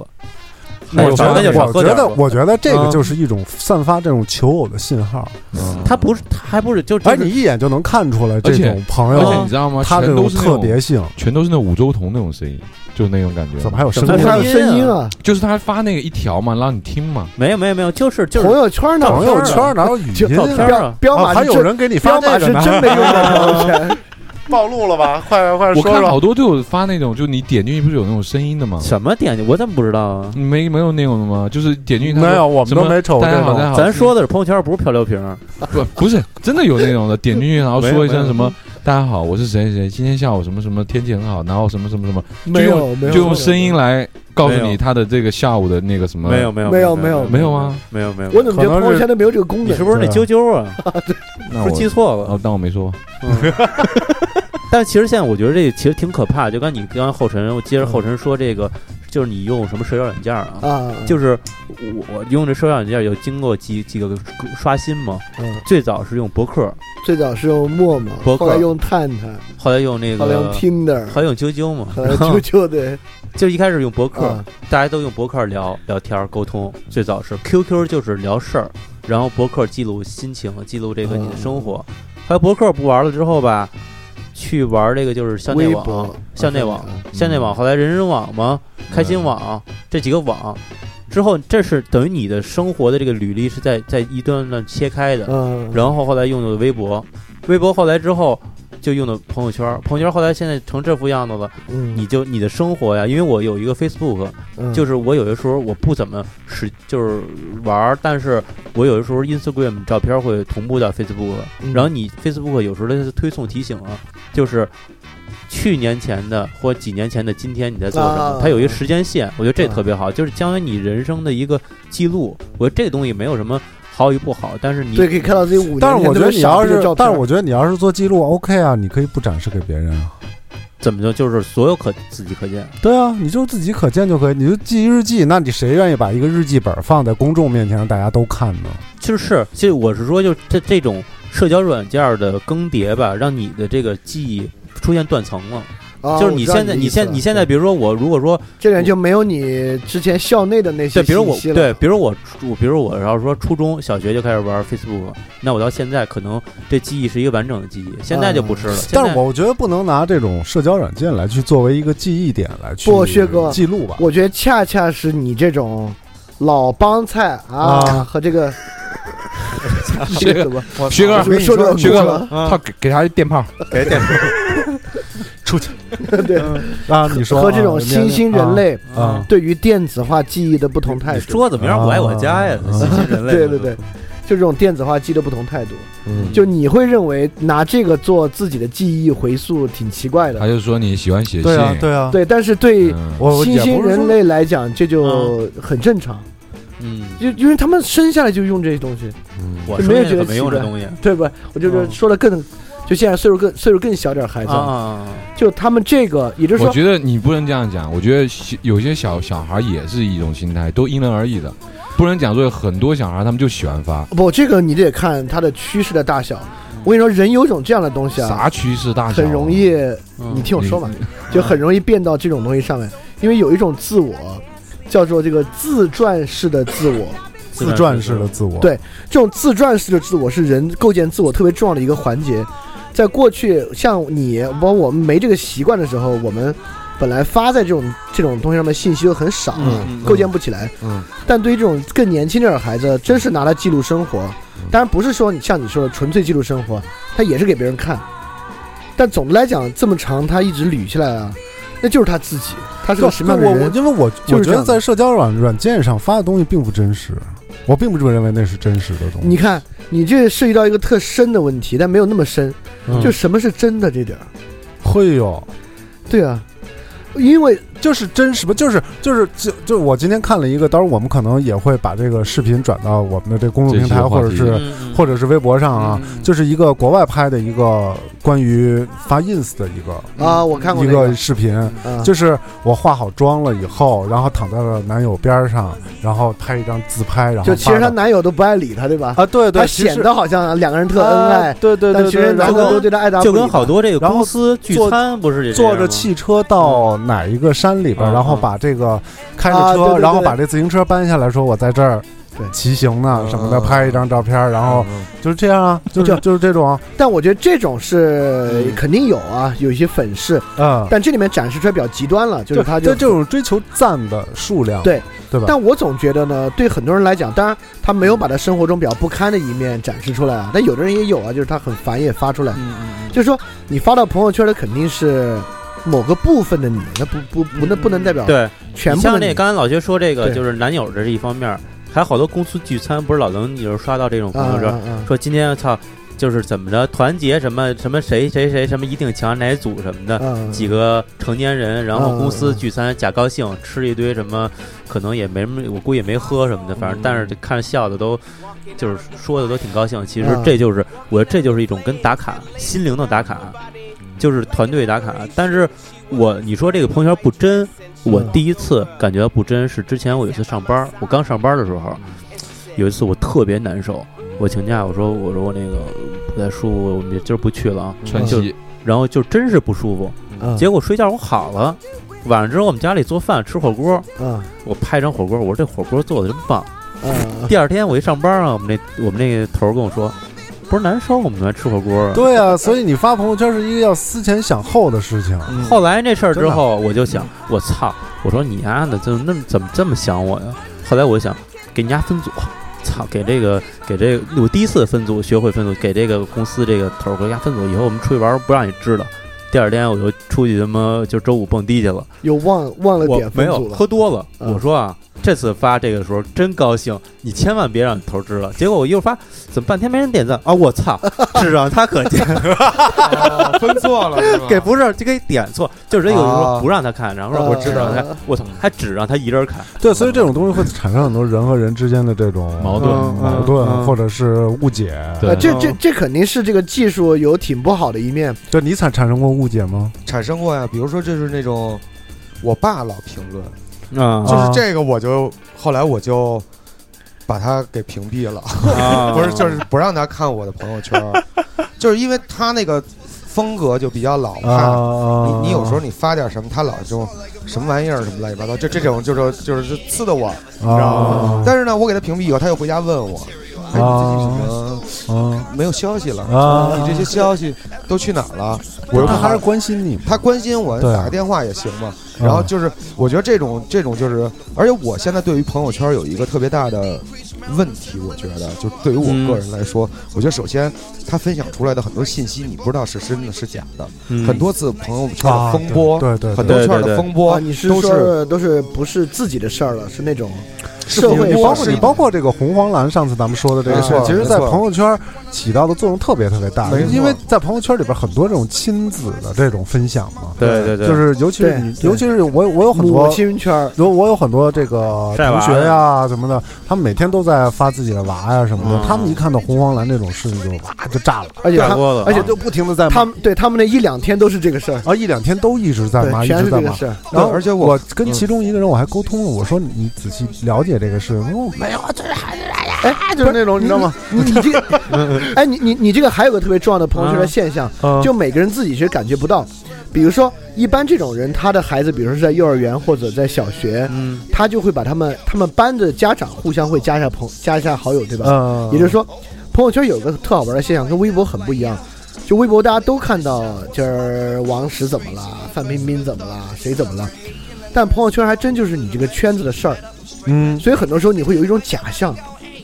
D: 那
B: 我
D: 就
B: 觉
D: 少那就
B: 得，
D: 少
B: 我
D: 喝
B: 觉
D: 点
B: 得，
D: 儿吧。
B: 我觉得这个
D: 嗯
B: 就是一种散发这种求偶的信号。
E: 嗯
D: 他不是，他还不是就
B: 哎，
D: 这个
B: 你一眼就能看出来这
E: 而且
B: 种朋
E: 而且
B: 友
E: 你知道吗？
B: 哦他这
E: 全
B: 种
E: 都是那
B: 特别性，
E: 全都是那五洲同那种声音，就是那种感觉。
B: 怎么还有声
D: 怎么
B: 音
C: 他还有
B: 呢？
C: 声音啊，
E: 就是他发那个一条嘛，让你听嘛。
D: 没有没有没有，就是就是
C: 朋友圈呢，
B: 朋友圈哪有语
C: 就
B: 音
D: 照片
B: 啊？
D: 儿啊
C: 彪
B: 啊
C: 马
B: 还
C: 是
B: 有
C: 真
B: 人给你
C: 彪
B: 发
C: 马
B: 这
C: 是
B: 个呢？
C: 真没用过朋友圈，
H: 暴露了吧？快快
E: 我
H: 说
E: 看
H: 说
E: 好，多都有发那种，就你点进去不是有那种声音的吗？
D: 什么点击？我怎么不知道啊？
E: 你没没有那种的吗？就是点进去他说
B: 没有，我们
E: 什么
B: 都没瞅
E: 大
B: 这
E: 家好，大
B: 种。
E: 家好。
D: 咱说的是朋友圈，不是漂流瓶。啊
E: 不不是真的有那种的，点进去然后
D: 没有
E: 说一
D: 没
E: 声
D: 有
E: 什么“大家好，我是谁谁谁，今天下午什么什么天气很好”，然后什么什么什么，
C: 没有没有
E: 就用声音来告诉
D: 没有
E: 你他的这个下午的那个什么。
D: 没有，没有
C: 没有
D: 没
E: 没有啊，
D: 没有没有。
C: 我怎么觉得朋友圈都没有这个功
D: 你
C: 能？
D: 是不是那啾啾啊？
E: 那
D: 是
E: 我
D: 记错了。
E: 哦，当我没说。
D: 啊但其实现在我觉得这其实挺可怕的，就刚你刚刚后晨，我接着后晨说这个，就是你用什么社交软件儿啊？
C: 啊？
D: 就是我我用这社交软件有经过几几个刷新嘛？
C: 嗯
D: 最早是用博客，
C: 最早是用陌陌
D: 博，客
C: 后来用探探，
D: 后来用那
C: 后来用
D: 个，
C: Tinder，
D: 后来用啾啾嘛，
C: 后来啾啾对
D: 就一开始用博客，
C: 啊
D: 大家都用博客聊聊天儿沟通。
C: 嗯
D: 最早是 QQ 就是聊事儿，然后博客记录心情，记录
C: 嗯
D: 这个你的生活。还有博客不玩了之后吧，去玩这个就是校内
C: 微
D: 网
C: 博、嗯
D: 校内网、
C: 啊
D: 校内网，后来人人网嘛、开心网这几个网。之后，这是等于你的生活的这个履历是在在一段段切开的，
C: 嗯，
D: 然后后来用的微博，微博后来之后就用的朋友圈，朋友圈后来现在成这副样子了，
C: 嗯
D: 你就你的生活呀，因为我有一个 Facebook，
C: 嗯
D: 就是我有的时候我不怎么使，就是玩儿，但是我有的时候 Instagram 照片会同步到 Facebook，
C: 嗯
D: 然后你 Facebook 有时候它是推送提醒啊，就是去年前的或几年前的今天你在做什么
C: 啊，嗯
D: 它有一个时间线，我觉得这特别好，就是将来你人生的一个记录。我觉得这个东西没有什么好与不好，但是你
C: 对，可以看到自己五年前
B: 但是我觉得你要是
C: 那个傻逼的照，片
B: 但是我觉得你要是做记录，OK 啊，你可以不展示给别人啊。
D: 怎么着就是所有可自己可见，
B: 对啊，你就自己可见就可以，你就记一日记。那你谁愿意把一个日记本放在公众面前让大家都看呢？
D: 就是其实我是说，就这这种社交软件儿的更迭吧，让你的这个记忆出现断层了。
C: 啊
D: 就是
C: 我
D: 你
C: 知道
D: 现在，
C: 的
D: 你
C: 意思
D: 现
C: 了
D: 你现在，比如说我，如果说
C: 这人就没有你之前校内的那些
D: 对，比如我
C: 信息了
D: 对，比如我初，比如我要是说初中小学就开始玩 Facebook，那我到现在可能这记忆是一个完整的记忆，现在就
C: 嗯
D: 不是了。现
B: 但
D: 在
B: 是我觉得不能拿这种社交软件来去作为一个记忆点来去
C: 不薛哥
B: 记录吧。
C: 我觉得恰恰是你这种老帮菜啊
B: 啊
C: 和 这个这个怎么
E: 薛
C: 我
E: 哥，
C: 跟你说这个
E: 薛
C: 故
E: 哥
C: 事了，
E: 他给给他一电炮，
H: 给点
C: 对，
D: 嗯
B: 啊，你说
C: 和这种
B: 啊
C: 新兴人类
B: 啊
C: 嗯
B: 啊
C: 对于电子化记忆的不同态
D: 你
C: 度，
D: 说怎么样？我爱我家呀，
B: 啊
D: 新兴人类。
C: 对对对，，就这种电子化记忆的不同态度，
B: 嗯
C: 就你会认为拿这个做自己的记忆回溯挺奇怪
E: 他
C: 的，
E: 就说你喜欢写信，
B: 对啊对啊，
C: 对，但是对
E: 哎嗯
B: 我我
C: 新
B: 也
C: 兴
B: 不是
C: 人
B: 说
C: 类来讲这就很正常，
D: 嗯，
C: 就因为他们生下来就用这些东西，
D: 我
C: 就
D: 说
C: 没有
D: 那
C: 觉
D: 个
C: 得
D: 没
C: 奇
D: 用这
C: 怪
D: 东西
C: 对吧？我就是
D: 嗯
C: 说的更，就现在岁数更岁数更小点儿孩子，
D: 啊，
C: 就他们这个，也就是
E: 我
C: 说，
E: 觉得你不能这样讲，我觉得小有些小小孩也是一种心态，都因人而异的，不能讲说很多小孩他们就喜欢发
C: 不，这个你得看它的趋势的大小。我跟你说，人有种这样的东西啊，
E: 啥趋势大小，
C: 很容易，
D: 嗯
C: 你听我说嘛，
D: 嗯
C: 就很容易变到这种东西上面，因为有一种自我。叫做这个自传式的自我，
B: 自传式的自我，
C: 对这种自传式的自我是人构建自我特别重要的一个环节。在过去，像你包括我们没这个习惯的时候，我们本来发在这种这种东西上面信息就很少，
D: 嗯嗯
C: 构建不起来。
F: 嗯，
C: 但对于这种更年轻点的孩子，真是拿来记录生活。当然不是说你像你说的纯粹记录生活，他也是给别人看。但总的来讲，这么长他一直捋下来啊，那就是他自己，他是
B: 就
C: 个什么样的
B: 我我
C: 人？
B: 因为我我
C: 就是
B: 觉
C: 这
B: 得
C: 样的
B: 在社交软软件上发的东西并不真实，我并不认为那是真实的东西。
C: 你看，你这涉及到一个特深的问题，但没有那么深，
D: 嗯
C: 就什么是真的这点儿。
B: 会有，
C: 对啊，因为
B: 就是真实吧，就是就是就就我今天看了一个，当然我们可能也会把这个视频转到我们的这公众平台
E: 这些话
B: 或者
E: 题
B: 是
D: 嗯
B: 或者是微博上啊，
D: 嗯
B: 就是一个国外拍的一个关于发 ins 的一个、
C: 啊，我看过
B: 嗯一
C: 那
B: 个视频，
C: 啊，
B: 就是我化好妆了以后，然后躺在了男友边上，然后拍一张自拍，然后
C: 就其实
B: 发
C: 她
B: 到
C: 男友都不爱理她，对吧？
B: 啊，对对，
C: 她
B: 其实
C: 显得好像两个人特恩爱，
B: 啊对对
C: 但
B: 对
C: 其实
B: 对，然
C: 男的
B: 后
C: 都对她爱答不
D: 嗯就
C: 理
D: 跟好多这个
B: 然后
D: 公司聚
B: 坐
D: 餐不是也这样
B: 坐着
D: 吗
B: 汽车到哪一个山里边，
D: 嗯
B: 然后
D: 嗯
B: 把这个开着
C: 啊对
B: 车，
C: 对
B: 然后
C: 对
B: 把这自行车搬下来，说我在这儿
C: 对嗯
B: 骑行呢什么的，
F: 嗯
B: 拍一张照片，然后就是这样啊，就是
C: 就
B: 就是这种，
C: 但我觉得这种是肯定有啊，有一些粉饰，
B: 嗯，
C: 但这里面展示出来比较极端了，就是他
B: 就
C: 就
B: 这种追求赞的数量，
C: 对
B: 对吧？
C: 但我总觉得呢，对很多人来讲，当然他没有把他生活中比较不堪的一面展示出来啊，但有的人也有啊，就是他很烦也发出来，
F: 嗯
C: 就是说你发到朋友圈的肯定是某个部分的你，那不不不那不能代表
D: 对，
C: 全
D: 你
C: 部
D: 像
C: 的
D: 那
C: 你。
D: 刚才老薛说这个，
C: 对
D: 就是男友这是一方面儿，还有好多公司聚餐，不是老能有时候刷到这种朋友圈，
C: 啊啊啊
D: 说今天操，就是怎么着团结什么什么谁谁谁什么一定强哪组什么的，
C: 嗯，
D: 几个成年人，然后公
C: 嗯
D: 司
C: 嗯嗯
D: 聚餐假高兴，吃一堆什么，可能也没什么，我估计也没喝什么的，反正但是看笑的都，就是说的都挺高兴。其实
C: 嗯
D: 这就是我这就是一种跟打卡心灵的打卡，
C: 嗯
D: 就是团队打卡。但是我你说这个朋友圈不真，我
C: 嗯
D: 第一次感觉到不真是之前我有一次上班，我刚上班的时候，
C: 嗯
D: 有一次我特别难受，我请假，我说我说我那个不太舒服，我们今儿不去了啊，
E: 川
D: 就
E: 西
D: 然后就真是不舒服。
C: 嗯
D: 结果睡觉我好了，晚上之后我们家里做饭吃火锅，
C: 嗯
D: 我拍张火锅，我说这火锅做的真棒。
C: 嗯
D: 第二天我一上班啊，我们那我们那个头儿跟我说，不是难受我们来吃火锅啊。
B: 对啊，所以你发朋友圈是一个要思前想后的事情，
C: 嗯
D: 后来那事儿之后，我就想，我操，我说你丫的怎么那么怎么这么想我呀？后来我想，给你家分组，操，给这个给这个，我第一次分组学会分组，给这个公司这个头儿给家分组，以后我们出去玩儿不让你知道。第二天我就出去他妈就周五蹦迪去了。
C: 又忘忘了
D: 我
C: 点
D: 没
C: 分
D: 有
C: 组了，
D: 喝多了。
C: 嗯
D: 我说啊，这次发这个时候真高兴，你千万别让头知了。结果我一会儿发，怎么半天没人点赞啊？我 操，是让他可见，
E: 分错了，
D: 给不是就给点错，就是有的时候不让他看，然后
C: 啊
D: 我只让他看，我操，还只让他一人看。
B: 对，所以这种东西会产生很多人和人之间的这种
E: 矛盾
G: 嗯
B: 矛盾或者是误解。
E: 对
C: 呃，这这这肯定是这个技术有挺不好的一面，
B: 对你产产生过误解吗？
F: 产生过呀，比如说就是那种我爸老评论，
D: 啊
F: 就是这个我就后来我就把他给屏蔽了，
D: 啊
B: 啊
F: 不是就是不让他看我的朋友圈 儿，就是因为他那个风格就比较老派。
B: 啊，
F: 你你有时候你发点什么，他老就什么玩意儿什么乱七八糟，就这种就是就是就刺的我，
B: 你啊，
F: 但是呢，我给他屏蔽以后，他又回家问我，哎，你最近什么
B: 啊
F: 没有消息了？
B: 啊
F: 你这些消息都去哪儿了？我又
B: 他还是
F: 看
B: 关心你，
F: 他关心我，
B: 对啊嗯
F: 打个电话也行嘛。然后就是，我觉得这种这种就是，而且我现在对于朋友圈有一个特别大的问题，我觉得就对于我
D: 嗯
F: 个人来说，我觉得首先他分享出来的很多信息，你不知道是真的是假的。
D: 嗯
F: 很多次朋友圈的
B: 嗯啊
F: 风波，
B: 对对，
F: 很多
D: 对对
F: 圈
D: 对
F: 的风
C: 啊，
F: 波
C: 你是
F: 都是
C: 说都是不是自己的事儿了，是那种社
F: 风
C: 会
F: 波
B: 包
C: 方
B: 括
F: 是
B: 你
F: 一
B: 包括这个红黄蓝，上次咱们说的这个事儿，
F: 没
B: 其
F: 错
B: 实，在
F: 没错
B: 朋友圈起到的作用特别特别大
F: 没，错
B: 因为在朋友圈里边很多这种亲子的这种分享嘛，
D: 对对对，
B: 就是尤其是
C: 对
B: 你，
C: 对
B: 尤其是我我有很
C: 母
B: 多。
C: 亲圈儿，
B: 有我有很多这个
D: 晒
B: 同
D: 娃
B: 学呀、什么的，他们每天都在发自己的娃呀、什么的，
D: 嗯
B: 他们一看到红黄蓝这种事情就哇就炸了，
C: 而且
D: 炸
C: 他
D: 锅了，
B: 而且就不停的在
C: 他
B: 骂，
C: 们对他们那一两天都是这个事儿，
B: 啊一两天都一直在骂，
C: 对，
B: 一
C: 全
B: 直
C: 是
B: 在
C: 这个
B: 骂。
C: 事儿。
B: 然后
F: 对而且我
B: 我嗯跟其中一个人我还沟通了，我说你仔细了解这个事，情，我没有，就是孩子哎，就是那种你知道吗？
C: 你你这 个，哎，你你你这个还有个特别重要的朋友圈的现象，
B: 嗯
C: 就每个人自己其实感觉不到。比如说，一般这种人，他的孩子，比如说是在幼儿园或者在小学，
D: 嗯
C: 他就会把他们他们班的家长互相会加一下朋加一下好友，对吧？
B: 嗯，
C: 也就是说，朋友圈有个特好玩的现象，跟微博很不一样。就微博大家都看到，今儿王石怎么了，范冰冰怎么了，谁怎么了，但朋友圈还真就是你这个圈子的事儿。
B: 嗯，
C: 所以很多时候你会有一种假象，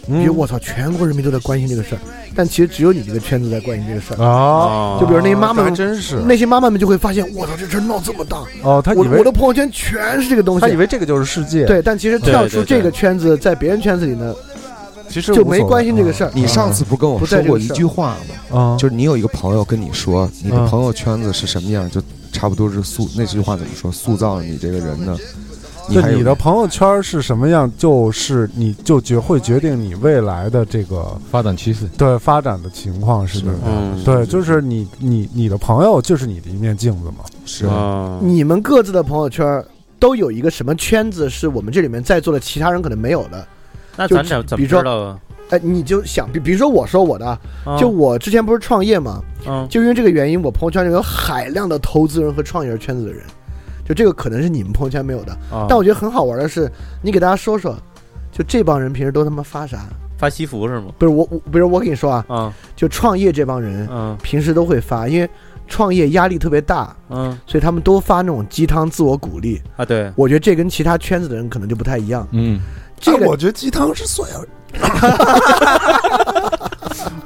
C: 比如我操，全国人民都在关心这个事儿，但其实只有你这个圈子在关心这个事儿。
B: 啊，
D: 就
C: 就比如那些妈妈
B: 还
C: 们，
B: 真是
C: 那些妈妈们就会发现，我操，这事儿闹这么大，
B: 哦，他
C: 我
B: 以
C: 我
B: 为
C: 的朋友圈全是这个东
B: 他以
C: 西。
B: 为这个就是世界，，
C: 对，但其实
D: 对
C: 跳
D: 对
C: 出
D: 对
C: 这个圈子，在别人圈子里呢，
B: 其实
C: 就没关心这个事
B: 儿
C: 儿。
F: 你上次不是跟我
C: 不在这
F: 说
C: 个
F: 过一
C: 事儿
F: 句话吗？
B: 啊，
F: 就是你有一个朋友跟你说，你
B: 嗯
F: 的朋友圈子是什么样，就差不多是塑那句话怎么说？塑造了你这个人的，你
B: 就
F: 还有
B: 你的朋友圈是什么样，就是你就决会决定你未来的这个
E: 发展趋势。
B: 对发展的情况是什么样。
D: 嗯
B: 对，就是你你你的朋友就是你的一面镜子嘛。
F: 是
D: 啊
C: 嗯你们各自的朋友圈都有一个什么圈子，是我们这里面在座的其他人可能没有的。
D: 那
C: 就
D: 咱怎怎
C: 比
D: 么
C: 如
D: 知
C: 说
D: 道啊？
C: 哎，你就想，比比如说我说我的啊，
D: 啊
C: 就我之前不是创业嘛，
D: 嗯
C: 就因为这个原因，我朋友圈里有海量的投资人和创业人圈子的人，就这个可能是你们朋友圈没有的。
D: 啊
C: 但我觉得很好玩的是，你给大家说说，就这帮人平时都他妈发啥？
D: 发西服是吗？
C: 不是我，我不是我跟你说啊，
D: 啊
C: 就创业这帮人
D: 嗯
C: 平时都会发，因为创业压力特别大，
D: 嗯
C: 所以他们都发那种鸡汤自我鼓励。
D: 啊，对，
C: 我觉得这跟其他圈子的人可能就不太一样。
E: 嗯，
C: 这个、
B: 啊我觉得鸡汤是所 有，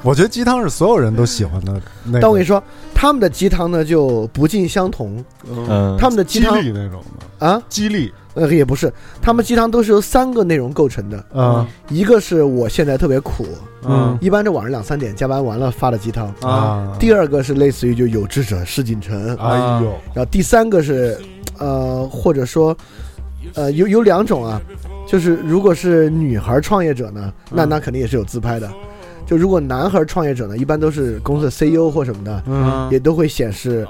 B: 我觉得鸡汤是所有人都喜欢的那个，
C: 但我跟你说，他们的鸡汤呢就不尽相同，
E: 嗯
C: 他们的鸡
B: 激
C: 汤
B: 励那种的，
C: 啊，
B: 激励
C: 呃也不是，他们鸡汤都是由三个内容构成的，
B: 啊
C: 一个是我现在特别苦，
D: 嗯
C: 一般这晚上两三点加班完了发的鸡汤。
D: 啊，
C: 第二个是类似于就有志者事竟成，
B: 哎呦，
C: 然后第三个是，呃，或者说，呃，有有两种啊，就是如果是女孩创业者呢，那
D: 嗯
C: 那肯定也是有自拍的。就如果男孩创业者呢，一般都是公司的 CEO 或什么的，
D: 嗯
C: 也都会显示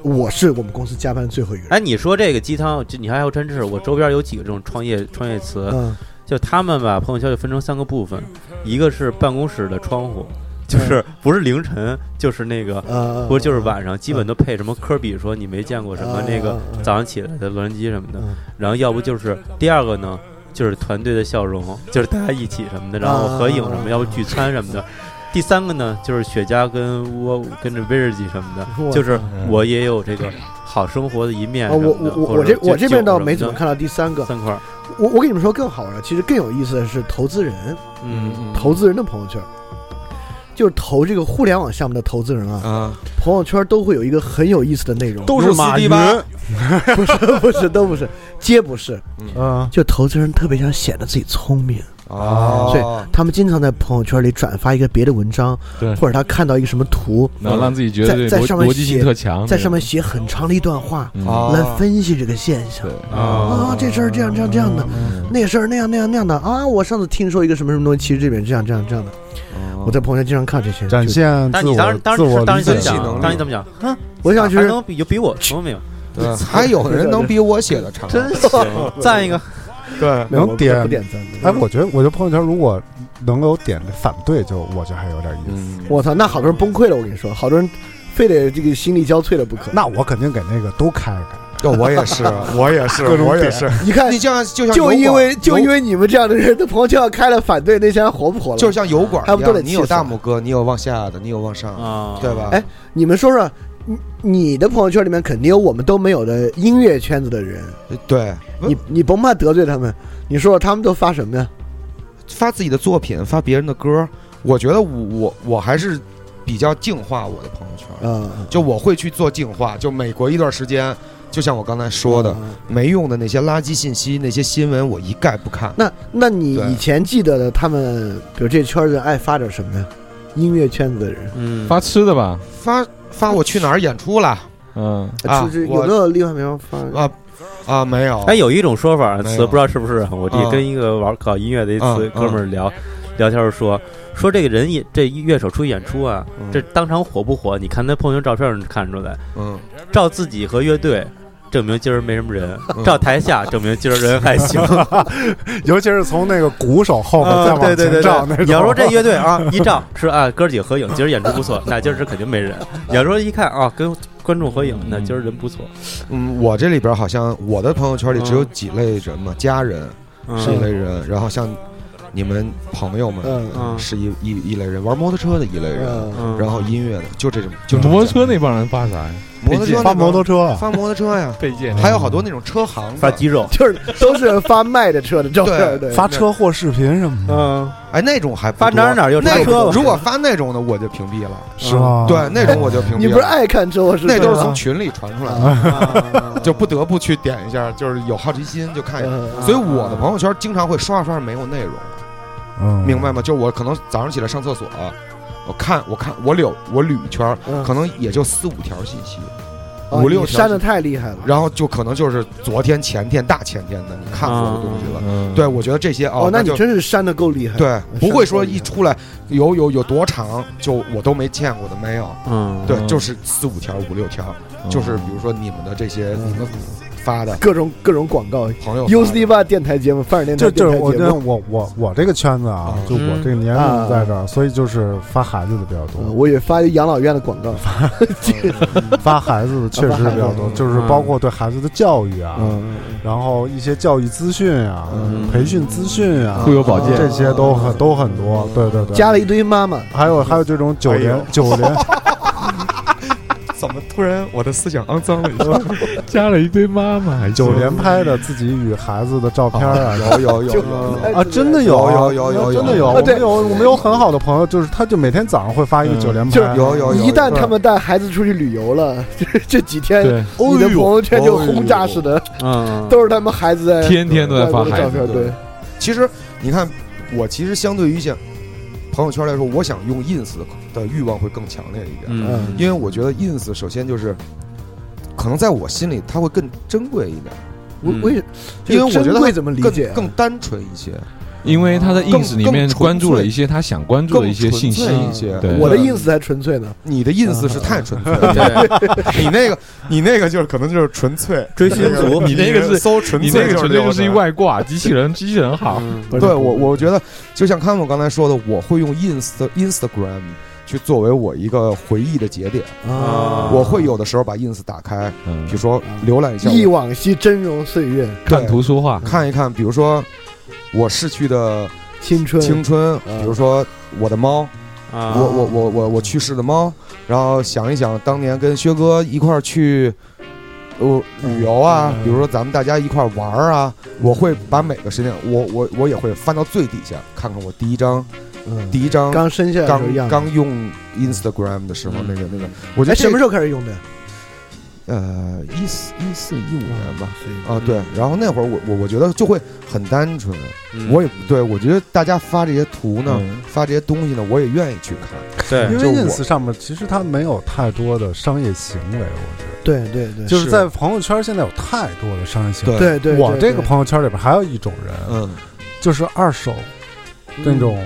C: 我是我们公司加班最后一个人。
D: 哎，你说这个鸡汤，这你还要真是，我周边有几个这种创业创业词，
C: 嗯，
D: 就他们把朋友圈就分成三个部分，一个是办公室的窗户，就是不是凌晨，就是那个
C: 呃，
D: 不就是晚上，基本都配什么科比说你没见过什么那个
C: 嗯嗯嗯
D: 早上起来的洛杉矶什么的
C: 嗯，
D: 然后要不就是第二个呢，就是团队的笑容，就是大家一起什么的，然后合影什
C: 嗯
D: 么，
C: 嗯嗯
D: 要不聚餐什么的。
C: 啊
D: 第三个呢，就是雪茄跟我跟着威士忌什么
C: 哇
B: 嗯
D: 的，就是我也有这个好生活的一面什
C: 啊，我
D: 么的。
C: 我我
D: 或
C: 我
D: 者
C: 这我这边倒没
D: 酒什
C: 怎么
D: 的
C: 看到第三个。
D: 三块儿，
C: 我我跟你们说更好玩儿，其实更有意思的是投资人，
D: 嗯，
C: 投资人的朋友圈，就是投这个互联网项目的投资人啊，
E: 啊，
C: 朋友圈都会有一个很有意思的内容，
E: 都是马云，
C: 不是 不是都不是，皆不是，
B: 啊
F: 嗯
C: 就投资人特别想显得自己聪明，
F: 哦，
C: 所以他们经常在朋友圈里转发一个别的文章，
E: 对
C: 或者他看到一个什么图，
E: 然后让自己觉得
C: 嗯在
E: 这
C: 在
E: 逻
C: 上面
E: 逻辑性
C: 写
E: 特强，
C: 在上面写很长的一段话
E: 嗯
B: 啊
F: 哦
C: 来分析这个现象
E: 对。
D: 啊
C: 啊，这事儿这样这样这样的，
E: 嗯
C: 那事儿那样那样那样的啊！我上次听说一个什么什么东西，其实这边这样这样这样的。
F: 嗯
C: 我在朋友圈经常看这些，
B: 嗯展
C: 就
B: 现
D: 但
B: 自
D: 你当时当
B: 我嗯
D: 时
B: 自我
D: 是当
B: 理
D: 时怎么
B: 解
F: 自
D: 想
F: 能
D: 啊？
F: 力
D: 当时怎么想？哼，
C: 我想就
B: 哎
D: 还
C: 是
D: 能比就比我聪 明，
F: 对，还有人能比我写的 长，啊
D: 真是赞 一个。
F: 对，
C: 没有
B: 能
C: 我
B: 点
C: 不点赞。
B: 哎，我觉得，我觉得朋友圈如果能够点反对，就我觉得还有点意思。
E: 嗯
C: 我操，那好多人崩溃了，我跟你说，好多人非得这个心力交瘁了不可。
B: 那我肯定给那个都开开，
F: 对我也 是，我也是，
B: 各种
F: 我也
B: 点
F: 是。
C: 你看
F: 你，像就像
C: 就
F: 油
C: 因
F: 管
C: 为就
F: 油
C: 因为你们这样的人，的朋友圈要开了反对，那些人活不活了？
F: 就是像油管
C: 还
F: 一
C: 不都得
F: 样，你有
C: 气死了
F: 大拇哥，你有往下的，你有往上的，
D: 啊，
F: 对吧？
C: 哎你们说说，你你的朋友圈里面肯定有我们都没有的音乐圈子的人，
F: 对，不
C: 你你甭怕得罪他们，你说说他们都发什么呀？
F: 发自己的作品，发别人的歌，我觉得我我我还是比较净化我的朋友圈，
C: 啊，
F: 就我会去做净化。就美国一段时间，就像我刚才说的，
C: 嗯
F: 没用的那些垃圾信息、那些新闻，我一概不看。
C: 那那你
F: 对
C: 以前记得的他们，比如这圈儿人爱发点什么呀？音乐圈子的人，
D: 嗯，
E: 发吃的吧，
F: 发发我去哪儿演出了
E: 嗯，
F: 啊
C: 就是有
F: 我
C: 没有另外没有发？
F: 啊啊？没有，
D: 哎，有一种说法
F: 没
D: 词，
F: 有
D: 不知道是不是啊？我这
F: 嗯
D: 跟一个玩搞音乐的一次
F: 嗯
D: 哥们儿聊聊天儿说，说这个人也这乐手出去演出啊，
F: 嗯
D: 这当场火不火？你看他朋友圈照片儿能看出来，
F: 嗯，
D: 照自己和乐队。证明今儿没什么人，
F: 嗯
D: 照台下证明今儿人还 行。
B: 尤其是从那个鼓手后面
D: 啊，
B: 再
D: 对
B: 往
D: 对
B: 前
D: 对
B: 照那
D: 对，
B: 种。
D: 你要说这乐队啊，一照是啊，哥儿几个合影，今儿演出不错，那今儿是肯定没人。你要说一看啊，跟观众合影，那今儿人不错，
F: 嗯，我这里边好像我的朋友圈里只有几类人嘛，家人
D: 嗯
F: 是一类人，然后像你们朋友们
C: 嗯
D: 嗯
F: 是一一一类人，玩摩托车的一类人，
C: 嗯，
D: 嗯，
F: 然后音乐的就这种，就这么
E: 摩托
F: 讲
E: 车那帮人发啥呀？
F: 摩托车那
B: 发
F: 边
B: 摩托车啊，
F: 发摩托车呀，
E: 配件
F: 还有好多那种车行的
D: 嗯发肌 肉，
C: 就是都是发卖的车的照片儿，对，
F: 对
B: 发车祸视频什么的，
D: 嗯，
F: 哎，那种还不
D: 发
F: 多
D: 哪儿哪儿又
F: 那
D: 查车
F: 种
D: 了，
F: 如果发那种的，我就屏蔽了。
B: 是吗？
F: 嗯对，那种我就屏蔽了。
C: 你不是啊爱看车祸视频
F: 那
C: 吗？
F: 都是从群里传出来的， 就不得不去点一下，就是有好奇心就看一下。
C: 嗯
F: 所以我的朋友圈经常会刷着刷着没有内容，
B: 嗯，
F: 明白吗？就是我可能早上起来上厕所，我看我看我捋我捋一圈，
C: 嗯
F: 可能也就四五条信息，
C: 哦
F: 五六
C: 你
F: 条
C: 删的太厉害了。
F: 然后就可能就是昨天、前天、大前天的你看过的东西了。
E: 嗯，
F: 对，我觉得这些
C: 哦，那你
F: 就
C: 真是删的够厉害。
F: 对，不会说一
C: 出
F: 出来有有有多长，就我都没见过的没有。
D: 嗯，
F: 对，
E: 嗯
F: 就是四五条、五六条，
E: 嗯
F: 就是比如说你们的这些，你们发的
C: 各种各种广告
F: 朋友发的
C: ，UCD 吧电台节目，范儿电台
B: 就
C: 电
B: 就是
C: 台
B: 我
C: 节
B: 觉得
C: 目。
B: 我我我这个圈子啊，就我这个年龄在这儿，所以就是发孩子的比较
C: 呃
B: 多，
C: 我也发养老院的广告，
B: 发孩子的确实比较多，就是包括对孩子的教育啊，
C: 嗯，
B: 然后一些教育资讯啊、
C: 嗯
B: 培训资讯啊，
E: 会有保健
B: 这些都很都很多。对对对，
C: 加了一堆妈妈，
B: 还有还有这种九
F: 哎
B: 连
F: 呦
B: 九连，
F: 怎么突然我的思
E: 嗯
F: 想肮脏了一下？
G: 加了一堆妈妈，
E: 哎
G: 还
B: 九连拍的自己与孩子的照片啊。
F: 有有有
C: 就
F: 有
C: 哎
B: 啊，真的有啊，
F: 有有有有
B: 真的
F: 有
B: 有。
F: 啊
B: 我们
C: 对
B: 有我们有很好的朋友，就是他就每天早上会发一个
E: 嗯
B: 九连
C: 就
B: 拍，
C: 是
F: 有有有
C: 一旦他们带孩子出去旅游了，就是这几天
E: 对，
C: 你
F: 哎
C: 的朋友圈就轰炸似的，
D: 嗯，
C: 都是他们孩子在
E: 天天都在发
C: 外国的
E: 孩
C: 照片
E: 子，
C: 对，
F: 其实你看，我其实相对于像朋友圈来说，我想用 ins 的欲望会更强烈一点，
D: 嗯，
F: 因为我觉得 ins 首先就是，可能在我心里它会更珍贵一点，
D: 嗯
C: 为为
F: 因为我觉得
C: 珍贵
F: 它
C: 怎么理解啊
F: 更更单纯一些，
E: 因为他在
F: 更
E: ins 里面
F: 更纯粹
E: 关注了一些他想关注的
F: 更
E: 一些信息
B: 嗯
F: 纯，粹一些。
E: 对
C: 我的 ins 才纯粹呢，
F: 你的 ins
E: 嗯
F: 是太纯 粹了，
D: 对，
F: 你那个你那个就是可能就是纯粹
D: 追星族
E: 你那个是
F: 搜纯
E: 你那
F: 粹
E: 个
F: 就是
E: 纯粹就是一
F: 流程
E: 外挂，机器人，机器人好，
D: 嗯
C: 不是
F: 对我，我觉得就像康总刚才说的，我会用 Inst Instagram 去作为我一个回忆的节点。
D: 啊
F: 我会有的时候把 Ins 打开，
E: 嗯
F: 比如，说浏览一下我，
C: 忆往昔峥嵘岁月，
E: 看图说
C: 嗯
E: 话，
F: 看一看，比如说我逝去的
C: 青春，
F: 青春，
C: 嗯
F: 比如说我的猫，
D: 啊，
F: 我我我我我去世的猫，然后想一想当年跟薛哥一块儿去。呃，旅游啊，
C: 嗯
F: 比如说咱们大家一块儿玩儿啊，我会把每个时间，我我我也会翻到最底下，看看我第一张
C: 嗯
F: 第一张
C: 刚生下来的时候
F: 刚
C: 样子。
F: 刚用 Instagram 的时候，
D: 嗯
F: 那个那个，我觉
C: 哎，
F: 得
C: 什么
F: 时
C: 时候开始用的？
F: 候？呃，一四一四一五年吧。
C: 所以
F: 啊，对，然后那会儿我我我觉得就会很单纯，
D: 嗯
F: 我也对我觉得大家发这些图呢，
E: 嗯
F: 发这些东西呢，我也愿意去看。
D: 对
B: 因
F: 就
B: 为
F: 我
B: ins 上面其实它没有太多的商业行为，我觉得
C: 对对对，
B: 就是
F: 是
B: 在朋友圈现在有太多的商业行为。
C: 对对，对
B: 我这个
C: 对
B: 朋友圈里边还有一种人，
F: 嗯，
B: 就是二手那
C: 嗯
B: 种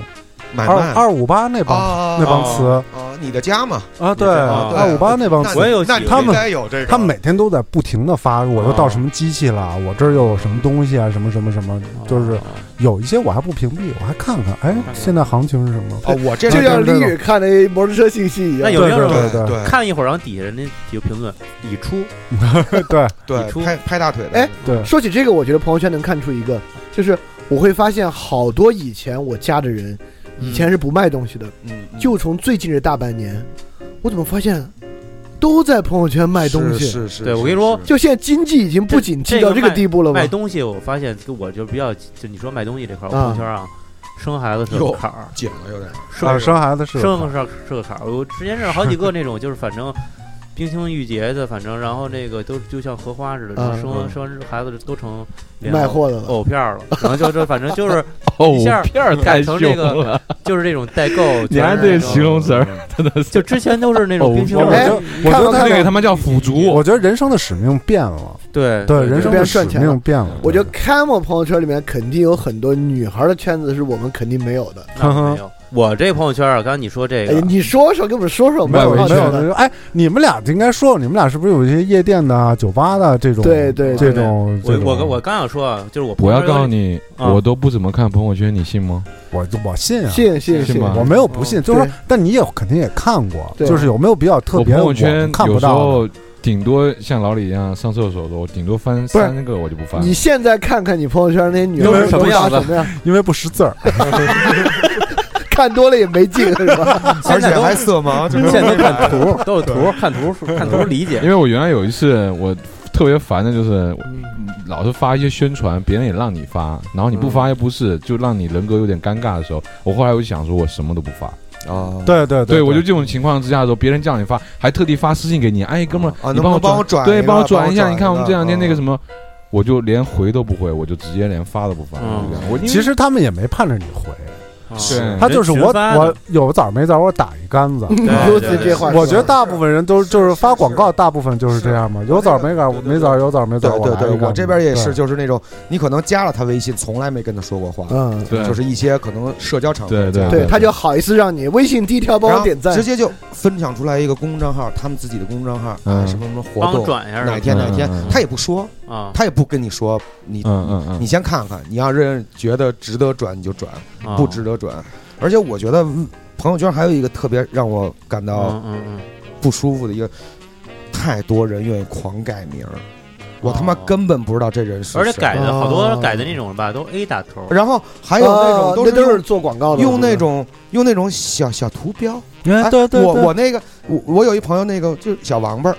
F: 买
B: 二
F: 卖
B: 二五八那帮
F: 啊
B: 那帮词
F: 啊，你的家嘛，
B: 哦啊，对
F: 对
D: 啊
B: 二五八那帮
F: 那
D: 我
B: 词，
D: 也有
F: 那
D: 几个
F: 你
B: 他们
F: 应该嗯有这个，
B: 他每天都在不停的发，我又
D: 啊
B: 到什么机器了，我这儿又有什么东西啊，什么什么什么，就是有一些我还不屏蔽，我还看看，哎，现在行情是什么？
F: 哦，我这
C: 就
F: 个
C: 像李宇看那摩托车信息一
D: 那
C: 样，
D: 有
B: 对
D: 些
B: 对
D: 人
B: 对
F: 对
B: 对
D: 看一会儿，然后底下人家有评论已出，
B: 对
D: 你
F: 对
D: 出
F: 拍拍大腿的，
C: 哎
B: 对，
C: 说起这个，我觉得朋友圈能看出一个，就是我会发现好多以前我家的人，以前是不卖东西的，
F: 嗯，嗯
C: 就从最近这大半年，我怎么发现都在朋友圈卖东西？
F: 是是是，
D: 对我
F: 是
D: 跟你说
F: 是
C: 就现在经济已经不景气
D: 这这
C: 到
D: 个
C: 这个
D: 卖
C: 地步了吗
D: 卖？东西，我发现我就比较就你说卖东西这块儿，我
C: 啊
D: 朋友圈啊，生孩子是个
F: 哟
D: 坎儿，
F: 紧了有点，
B: 啊，
D: 生
B: 生孩子是个坎
D: 生
B: 儿
D: 是是个坎儿。我之前认识好几个那种，就是反 正冰清玉洁的，反正然后那个都就像荷花似的，
C: 啊
B: 嗯
D: 生完生完孩子都成莲
C: 卖
D: 藕
C: 货的了，
D: 藕片儿了，然后就这反正就是
E: 哦
D: 一下，
E: 片儿太凶
D: 改成这
E: 了，
D: 就是这种代 购，
E: 你
D: 全
E: 看
D: 是
E: 这
D: 那
E: 个
D: 种嗯
E: 形容词儿，真的是
D: 就之前都是那种
E: 哦
D: 冰清
B: 我
D: 玉
B: 觉
D: 洁
B: 得
D: 的，
B: 我觉得
E: 那个
B: 他
E: 他妈叫腐竹
B: 我，觉得人生的使命变了，
D: 对
B: 对，人生
C: 变
B: 的
C: 成
B: 使
C: 赚钱
B: 命变了。
C: 我觉得 Camel 朋友圈里面肯定有很多女孩的圈子是我们肯定没有的。
B: 嗯
D: 那没有。我这朋友圈啊，刚刚你说这
C: 哎
D: 个，，
C: 你说说，给我们说说，
B: 没有
C: 我
B: 没
C: 们
B: 有
C: 朋友圈
B: 没
C: 的
B: 有，哎，你们俩应该说，你们俩是不是有一些夜店的啊、酒吧的这种？
C: 对对
B: 这种
D: 我
B: 这种
D: 我我刚想说啊，就是我
E: 我要告诉
D: 你，
E: 你，
D: 啊
E: 我都不怎么看朋友圈，你信吗？
B: 我我信啊，
C: 信信
E: 是
C: 信，
E: 吗
B: 我没有不
F: 嗯
B: 信，就是说
C: 对，
B: 但你也肯定也看过，
C: 对
B: 就是有没有比较特
E: 我
B: 别
E: 朋
B: 的
E: 友圈
B: 看
E: 有
B: 不
E: 时
B: 到的？
E: 候顶多像老李一样上厕所的时候，我顶多翻
C: 是
E: 三个我就不翻了。
C: 你现在看看你朋友圈那些女
B: 都
C: 孩
B: 是
C: 什
B: 什么
C: 么
B: 样子
C: 什么样，
B: 因为不识 字儿，
C: 看多了也没劲，是吧？
E: 啊
F: 而且还色盲，
E: 嗯
F: 就 是
D: 现在都看 图，都是图，看图看图理解
E: 因。为我原来有一次，我特别烦的就是我
F: 嗯
E: 老是发一些宣传，别人也让你发，然后你不
F: 嗯
E: 发又不是，就让你人格有点尴尬的时候，我后来我就想说，我什么都不发。
F: 啊，
B: 对对
E: 对我就这种情况之下的时候，别人叫你发，还特地发私信给你，哎，哥们
F: 啊
E: 儿，你
F: 能不能
E: 帮
F: 帮我转
E: 转，对，
F: 一个
E: 帮我
F: 帮我
E: 转一下。
F: 转
E: 你
F: 一
E: 看我们
F: 个
E: 这两天那
F: 嗯
E: 个什么，我就连回都不回，我就直接连发都不发。
D: 嗯
E: 就这样我因为
B: 其实他们也没盼着你回，
D: 啊
E: 是
B: 他就是
D: 群
B: 我
D: 发的
B: 我有枣没枣我打一竿 子。
D: 对
C: 如
D: 对
C: 此
D: 对
C: 这话说，
B: 我觉得大部分人都就是发广告，大部分就是这样嘛，有枣没枣
F: 对对对
B: 没枣，有枣没枣
F: 对。对
B: 来一
F: 对，
B: 个
F: 我这边也是，
B: 对
F: 就是那种你可能加了他微信，从来没跟他说过话，
C: 嗯，
E: 对，
F: 就是一些可能社交场合
E: 对对
F: 加的
C: 对，他就好意思让你微信第一条帮
F: 然
C: 我
F: 后
C: 点赞
F: 直，接就分享出来一个公众账号，他们自己的公众账号，
E: 嗯
F: 啊，什么什么活
D: 帮
F: 动，
D: 转一下儿，
F: 哪天哪天
E: 嗯嗯嗯，
F: 他也不说，
D: 啊，
F: 他也不跟你说你
E: 嗯嗯嗯，
F: 你先看看，你要认觉得值得转你就转，
D: 啊
F: 不值得转。而且我觉得嗯朋友圈还有一个特别让我感到
D: 嗯嗯嗯，
F: 不舒服的一个，太多人愿意狂改名儿，我他妈
D: 哦
F: 根本不知道这人是谁。
D: 而且改的好多
C: 哦
D: 改的那种吧，都 A 打头，
F: 然后还有那种
C: 哦
F: 都
C: 那都
F: 用
C: 是做广告的，
F: 用那种用那种小小图标。
B: 哎
F: 哎
B: 对对，
F: 我
B: 对
F: 我那个我我有一朋友，那个就是小王八儿，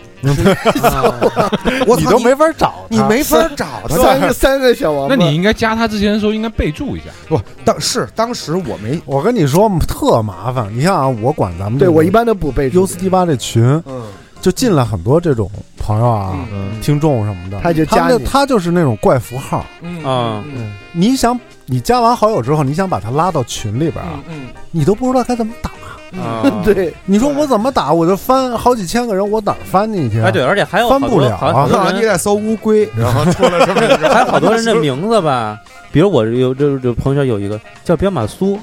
F: 我
B: 你
F: 操
B: 都没法找
F: 你
B: 他
F: 没法找他。
C: 三个三个
F: 嗯
C: 小王八，
E: 那你应该加他之前的时候应该备注一下，
F: 不当是当时我没
B: 我跟你说特麻烦，你像啊，我管咱们
C: 对我一般都不备注
B: U 四 D 八这群，
F: 嗯
B: 就进了很多这种朋友啊、
F: 嗯
B: 听众什么的，
C: 他就加
B: 他们
C: 你
B: 就他就是那种怪符号。
F: 嗯
D: 啊
F: 嗯
B: 你想，你加完好友之后，你想把他拉到群里边啊
F: 嗯，嗯
B: 你都不知道该怎么打。
D: 啊
C: 对，
B: 你说我怎么打？我就翻好几千个人，我哪儿翻进去啊？
D: 哎对，而且还有好
B: 翻不
D: 多
B: 了啊
D: 好好多
F: 那你
D: 人，
F: 得搜乌龟，然后出来什么？
D: 还有好多人的名字吧，比如我有这这朋友圈有一个叫彪马苏，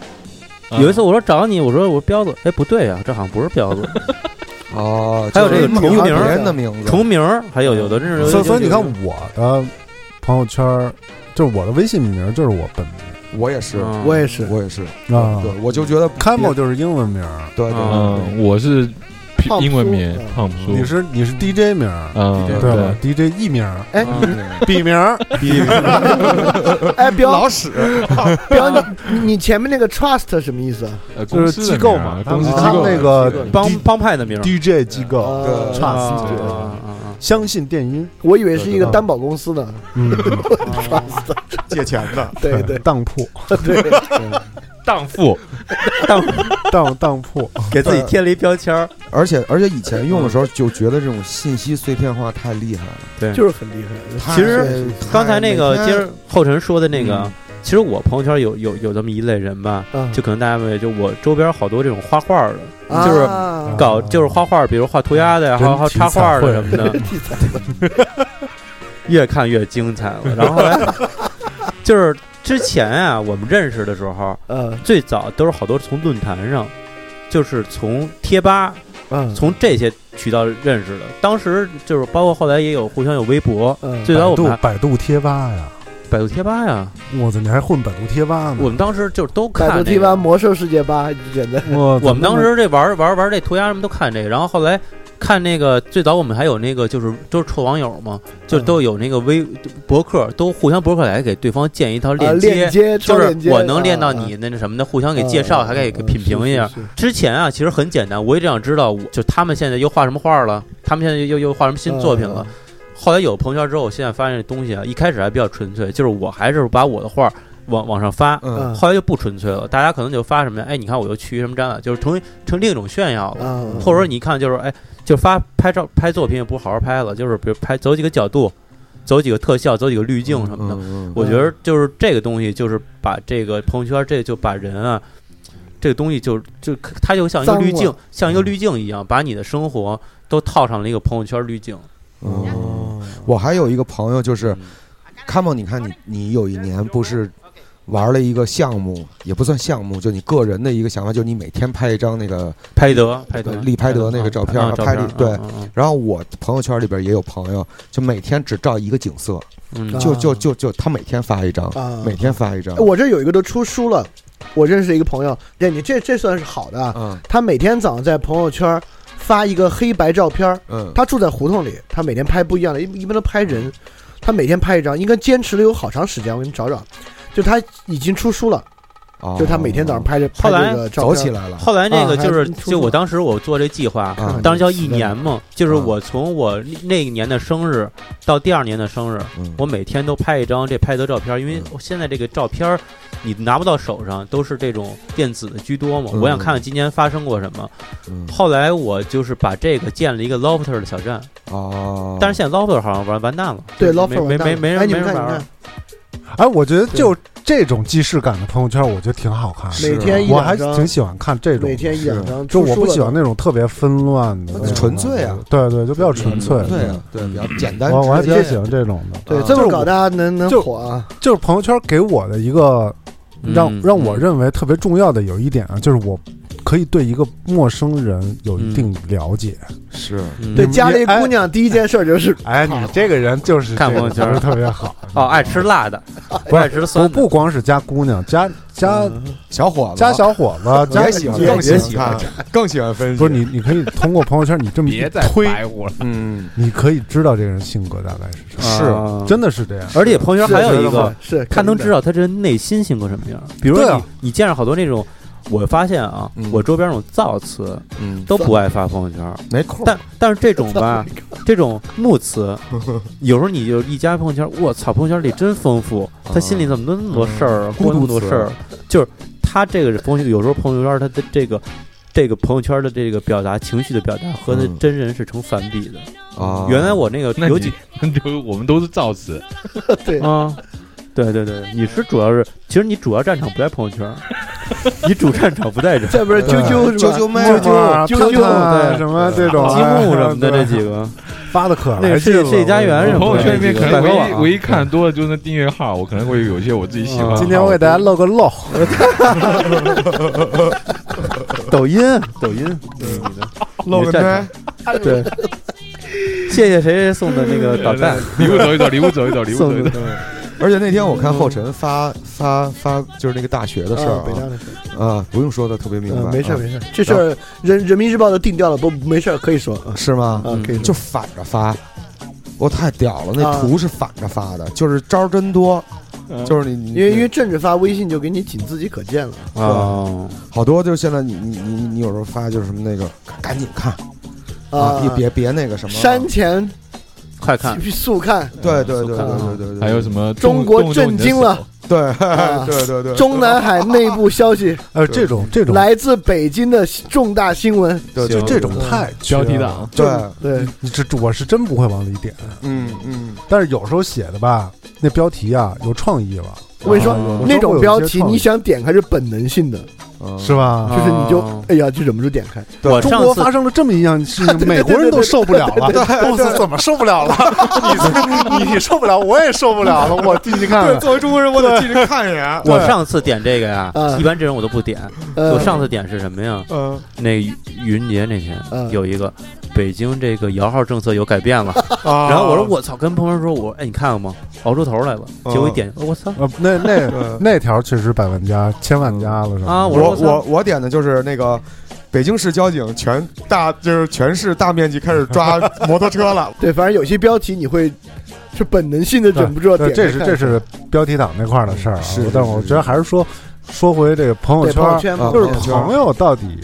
E: 嗯
D: 有一次我说找你，我说我彪子，哎不对呀，这好像不是彪子，
F: 哦，
D: 还有这个
F: 就是
D: 重名
F: 别人的名字，
D: 重名儿，还有有的真是，
B: 所以所以你看
D: 嗯，
B: 我的朋友圈儿，就是我的微信名儿就是我本名
F: 我也是，
C: 我也是，
F: 我也是，
B: 啊。
F: 对，我就觉得
B: c a m o 就是英文名儿，
F: 对
D: 嗯
F: 对
E: 嗯，我是拼
C: 胖
E: 英文
C: 叔
E: 名
C: 嗯
E: 胖叔，
B: 你是你是 DJ 名儿，
E: 嗯
F: 对
B: 对
E: 对
B: 吧，？DJ 艺名儿、
C: 哎
D: 嗯
B: 笔名儿，
C: 哎，彪
F: 老史
C: 彪，你你你前面那个 trust 什么意思啊？
E: 呃
B: 就
E: 公
B: 是
E: 司
B: 机
E: 的
B: 构
E: 名
B: 嘛
E: 儿
B: 他
E: 公司
B: 们
E: 机
B: 他
E: 构
B: 们
E: 的
B: 那个
E: 名儿
D: 帮帮派的名儿
B: DJ 机构，
C: 哦
F: 对
B: 差
D: 啊
B: 死
D: 啊
B: 了
D: 啊啊
B: 相信电音，
C: 我以为是一个担保公司呢。
B: 嗯，
C: trust，
F: 借钱的，
C: 对对
B: 当铺，
C: 对，
E: 荡妇，
B: 当当铺，
D: 给自己贴了一标签儿，
F: 而且而且以前用的时候就觉得这种信息碎片化太厉害了。
C: 就是很厉害。
F: 太
D: 其实
F: 太
D: 刚才那个
F: 每天
D: 接着后晨说的那个，
F: 嗯
D: 其实我朋友圈有有有这么一类人吧，
C: 啊
D: 就可能大家会就我周边好多这种画画的，
C: 啊
D: 就是
C: 啊
D: 搞就是画画，比如画涂鸦的呀，还有还有插画的什么 的，
C: 地产
D: 越看越精彩了。然后后来 就是之前啊，我们认识的时候，
C: 嗯
D: 最早都是好多从论坛上，就是从贴吧
C: 嗯
D: 从这些渠道认识的。当时就是包括后来也有互相有微博，
C: 嗯
D: 最早我们
B: 百度
D: 还
B: 百度贴吧呀，
D: 百度贴吧呀，
B: 我操，你还混百度贴吧呢？
D: 我们当时就都看
C: 百度
D: 那个
C: T 八魔兽世界八，简单。
B: 我
D: 我们当时这玩玩玩这涂鸦什么都看这个，然后后来看那个最早我们还有那个就是都是臭网友嘛，
C: 嗯
D: 就都有那个微博客，都互相博客来给对方建一套
C: 啊，
D: 链接，
C: 链接超
D: 就是
C: 链接，啊
D: 我能练
C: 练
D: 到你那那什么的，互相给介绍，还给给品评一。
C: 啊
D: 下
C: 啊。是是是
D: 之前啊，其实很简单，我也只想知道，我就他们现在又画什么画了，他们现在又又画什么新作品了。
C: 嗯
D: 后来有朋友圈之后，我现在发现这东西啊，一开始还比较纯粹，就是我还是把我的画往往上发，
F: 嗯
C: 嗯
D: 后来就不纯粹了，大家可能就发什么呀？哎，你看我又去什么展览，就是成为成另一种炫耀了。
C: 啊，
F: 嗯
D: 或者说你一看就是哎，就发拍照拍作品也不好好拍了，就是比如拍走几个角度，走几个特效，走几个滤镜什么的。
F: 嗯嗯
D: 我觉得就是这个东西，就是把这个朋友圈这就把人啊，这个东西就就它就像一个滤
C: 脏
D: 镜
C: 了，
D: 像一个滤镜一样，把你的生活都套上了一个朋友圈滤镜。
F: 哦，我还有一个朋友就是
D: 嗯
F: 卡莫，你看你你有一年不是玩了一个项目，也不算项目，就你个人的一个想法，就你每天拍一张那个，
D: 拍德，拍德，
F: 利拍德那个照片
D: 啊
F: 拍
D: 照
F: 利
D: 片
F: 对
D: 嗯嗯
F: 然后我朋友圈里边也有朋友，就每天只照一个景色，
D: 嗯
C: 啊
D: 嗯
F: 就就就就他每天发一张，
C: 啊，
F: 每天发一张
C: 哎，我这有一个都出书了，我认识一个朋友，对你这这算是好的啊。
F: 嗯
C: 他每天早上在朋友圈发一个黑白照片儿，
F: 嗯，
C: 他住在胡同里，他每天拍不一样的，一一般都拍人，他每天拍一张，应该坚持了有好长时间，我给你找找。就他已经出书了，
F: 哦
C: 就他每天早上拍这拍
D: 后来
C: 这个照
F: 走
C: 片，
F: 起来了，
D: 后来那个
C: 啊
D: 就是
C: 还，出
D: 就我
C: 过
D: 当时我做这计划
F: 啊，
D: 当时叫一年嘛，就是
C: 嗯
D: 我从我那一年的生日到第二年的生日，
F: 嗯
D: 我每天都拍一张这拍得照片，因
C: 嗯
D: 为现在这个照片你拿不到手上，都是这种电子的居多嘛。
F: 嗯
D: 我想看看今年发生过什么。
F: 嗯
D: 后来我就是把这个建了一个 Lofter 的小站，
F: 哦，
D: 但是现在 Lofter 好像玩完蛋了，
C: 嗯对
D: 没
C: Lofter
D: 没没没
C: 哎
D: 人
C: 你
D: 没
C: 们
D: 人
C: 看你
D: 玩
C: 们
D: 了
C: 看。，
B: 哎，我觉得就这种既视感的朋友圈，我觉得挺好看的。
F: 是
C: 每天一
B: 我还
C: 两张
B: 挺，喜欢看这种
C: 每，天一两张，
B: 就我不喜欢
C: 那
B: 那种特别纷乱的
F: 嗯，
B: 那种
F: 纯粹啊，
B: 对对，就比较纯粹。
F: 对啊，对，比较简单
B: 我我还
F: 直
B: 比
F: 接
B: 较喜欢这种的，
C: 对
F: 啊
C: 这
B: 就是
C: 么
B: 我
C: 搞，大家能能
B: 就嗯
C: 火啊，
B: 就是朋友圈给我的一个
D: 嗯
B: 让让我
D: 嗯
B: 认为特别重要的有一点啊，就是我可以对一个陌生人有一定了解。
F: 是
D: 嗯
C: 对家里姑娘第一件事就是
B: 哎，你这个人就是
D: 看朋友圈
B: 这个不是特别好。
D: 哦，爱吃辣 的，
C: 哎
B: 不是
D: 爱吃
B: 不
D: 酸的，
B: 不光是加姑娘，加加
F: 小伙子，
B: 加小伙子，加
F: 也喜欢，
B: 也
F: 更喜
B: 也
F: 欢看，更喜欢分析。
B: 不是你，你可以通过朋友圈，你这么一
G: 别再
B: 推，
G: 白活了。
F: 嗯，
B: 你可以知道这个人性格大概是什么。
F: 是
D: 啊
B: 真的是这样，
D: 而且朋友圈还有一个，
C: 是
D: 他能知
C: 道
D: 道他这人内心性格什么样。比如
B: 对
D: 说
B: 啊
D: 你，你见着好多那种，我发现啊
F: 嗯，
D: 我周边那种造词
F: 嗯，
D: 都不爱发朋友圈，
F: 没空。
D: 但但是这种 吧，这种怒词，有时候你就一加朋友圈，我操，朋友圈里真丰富，他心里怎么都那么多事儿啊，过那么多事儿，就是他这个朋友，有时候朋友圈他的这个。这个朋友圈的这个表达情绪的表达和他
F: 嗯
D: 真人是成反比的。
F: 啊
D: 原来我那个
E: 那
D: 有几
E: 你就我们都是造词，
C: 对
D: 啊，对对对，你是主要是，其实你主要战场不在朋友圈，你主战场不在这，
C: 这不是啾啾是吧？
F: 啾啾妹
B: 舅舅
F: 嘛
B: 舅舅
D: 对
B: 什么啊这种啊
D: 积木什么的这几
B: 个
D: 个，
B: 发的可
D: 那
B: 来
D: 个
B: 劲了
D: 世世纪佳缘什么的
E: 我朋友圈里面可能
D: 百合网
E: 唯一唯一看多的就是那订阅号，我可能会有一些我自己喜欢的
B: 我
E: 号。
B: 今天我给大家露个露，
D: 抖音抖音，嗯你的
F: 露
D: 你
F: 个
D: 的战
F: 奶
D: 场，对，谢谢谁谁送的那个导 弹，
E: 礼物走一走，礼物走一走，礼物走
D: 送
E: 一
D: 的
E: 走。
F: 而且那天我看后晨发发发，就是那个大学的事
C: 嗯啊，北
F: 儿
C: 大的事儿，
F: 啊，啊，不用说的特别明
C: 嗯，
F: 白，
C: 没事
F: 啊
C: 没事，这事儿人人民日报都定掉了，不没事儿可以说啊
F: 是吗？
C: 啊，可以
F: 就
C: 说，
F: 反着发，我太屌了，那
C: 啊嗯
F: 图是反着发的，就是招儿真多，就是你你
C: 因为因为政治发微信就给你仅自己可见了，
D: 哦，
F: 好多就是现在你你你你有时候发就是什么那个赶紧看
C: 啊，
F: 你别别那个什么
C: 山前
D: 快看，
C: 速看，
F: 对对对对
D: 看啊
F: 对对对，对
E: 还有什么
C: 中国震惊了，
F: 对
C: 啊
F: 对对对
C: 中南海内部消息，
B: 呃，这种这种
C: 来自北京的重大新闻，
F: 对
B: 就
F: 对
B: 这种太缺
G: 标题
B: 了
G: 党，
F: 对，
C: 嗯对，
B: 你这我是真不会往里点，
F: 嗯嗯，
B: 但是有时候写的吧，那标题啊有创意了，
C: 我跟你说
D: 啊
C: 那种标题你
B: 想
C: 想点开是本能性的，
F: 嗯
B: 是吧？
C: 就是你就
D: 哦
C: 哎呀就忍不住点开，
D: 我
B: 中
D: 上
B: 国
D: 次
B: 发生了这么一样事情，美国人都受不了 了，我操，怎么受不了了？你你受不了，我也受不了了，我进去看看。
F: 作为中国人，我得进去看一眼。
D: 我上次点这个呀
C: 嗯，
D: 一般这种我都不点。
C: 呃
D: 我上次点是什么呀？
F: 嗯，
D: 那愚愚人节那天
C: 嗯
D: 有一个北京这个摇号政策有改变了，
F: 然
C: 啊
D: 然后我说我操，跟朋友说我说哎你看看吗？熬出头来了，
C: 嗯
D: 结果一点哦我操
B: 呃，那那
F: 我
B: 那条确实百万加、千万加了，是吧？
D: 啊我
F: 我
D: 说
F: 我
D: 我
F: 我点的就是那个。北京市交警全大就是全市大面积开始抓摩托车了，
C: 对，反正有些标题你会是本能性的忍不住要
B: 对
C: 点
B: 呃这
C: 开
B: 是
C: 看，
B: 这是标题党那块儿的事儿啊。
F: 是是
B: 但我觉得还是说说回这个朋友
C: 对
B: 圈
C: 朋友
B: 儿，
C: 圈
F: 啊
C: 嘛
B: 就是
F: 朋友圈
B: 朋友到底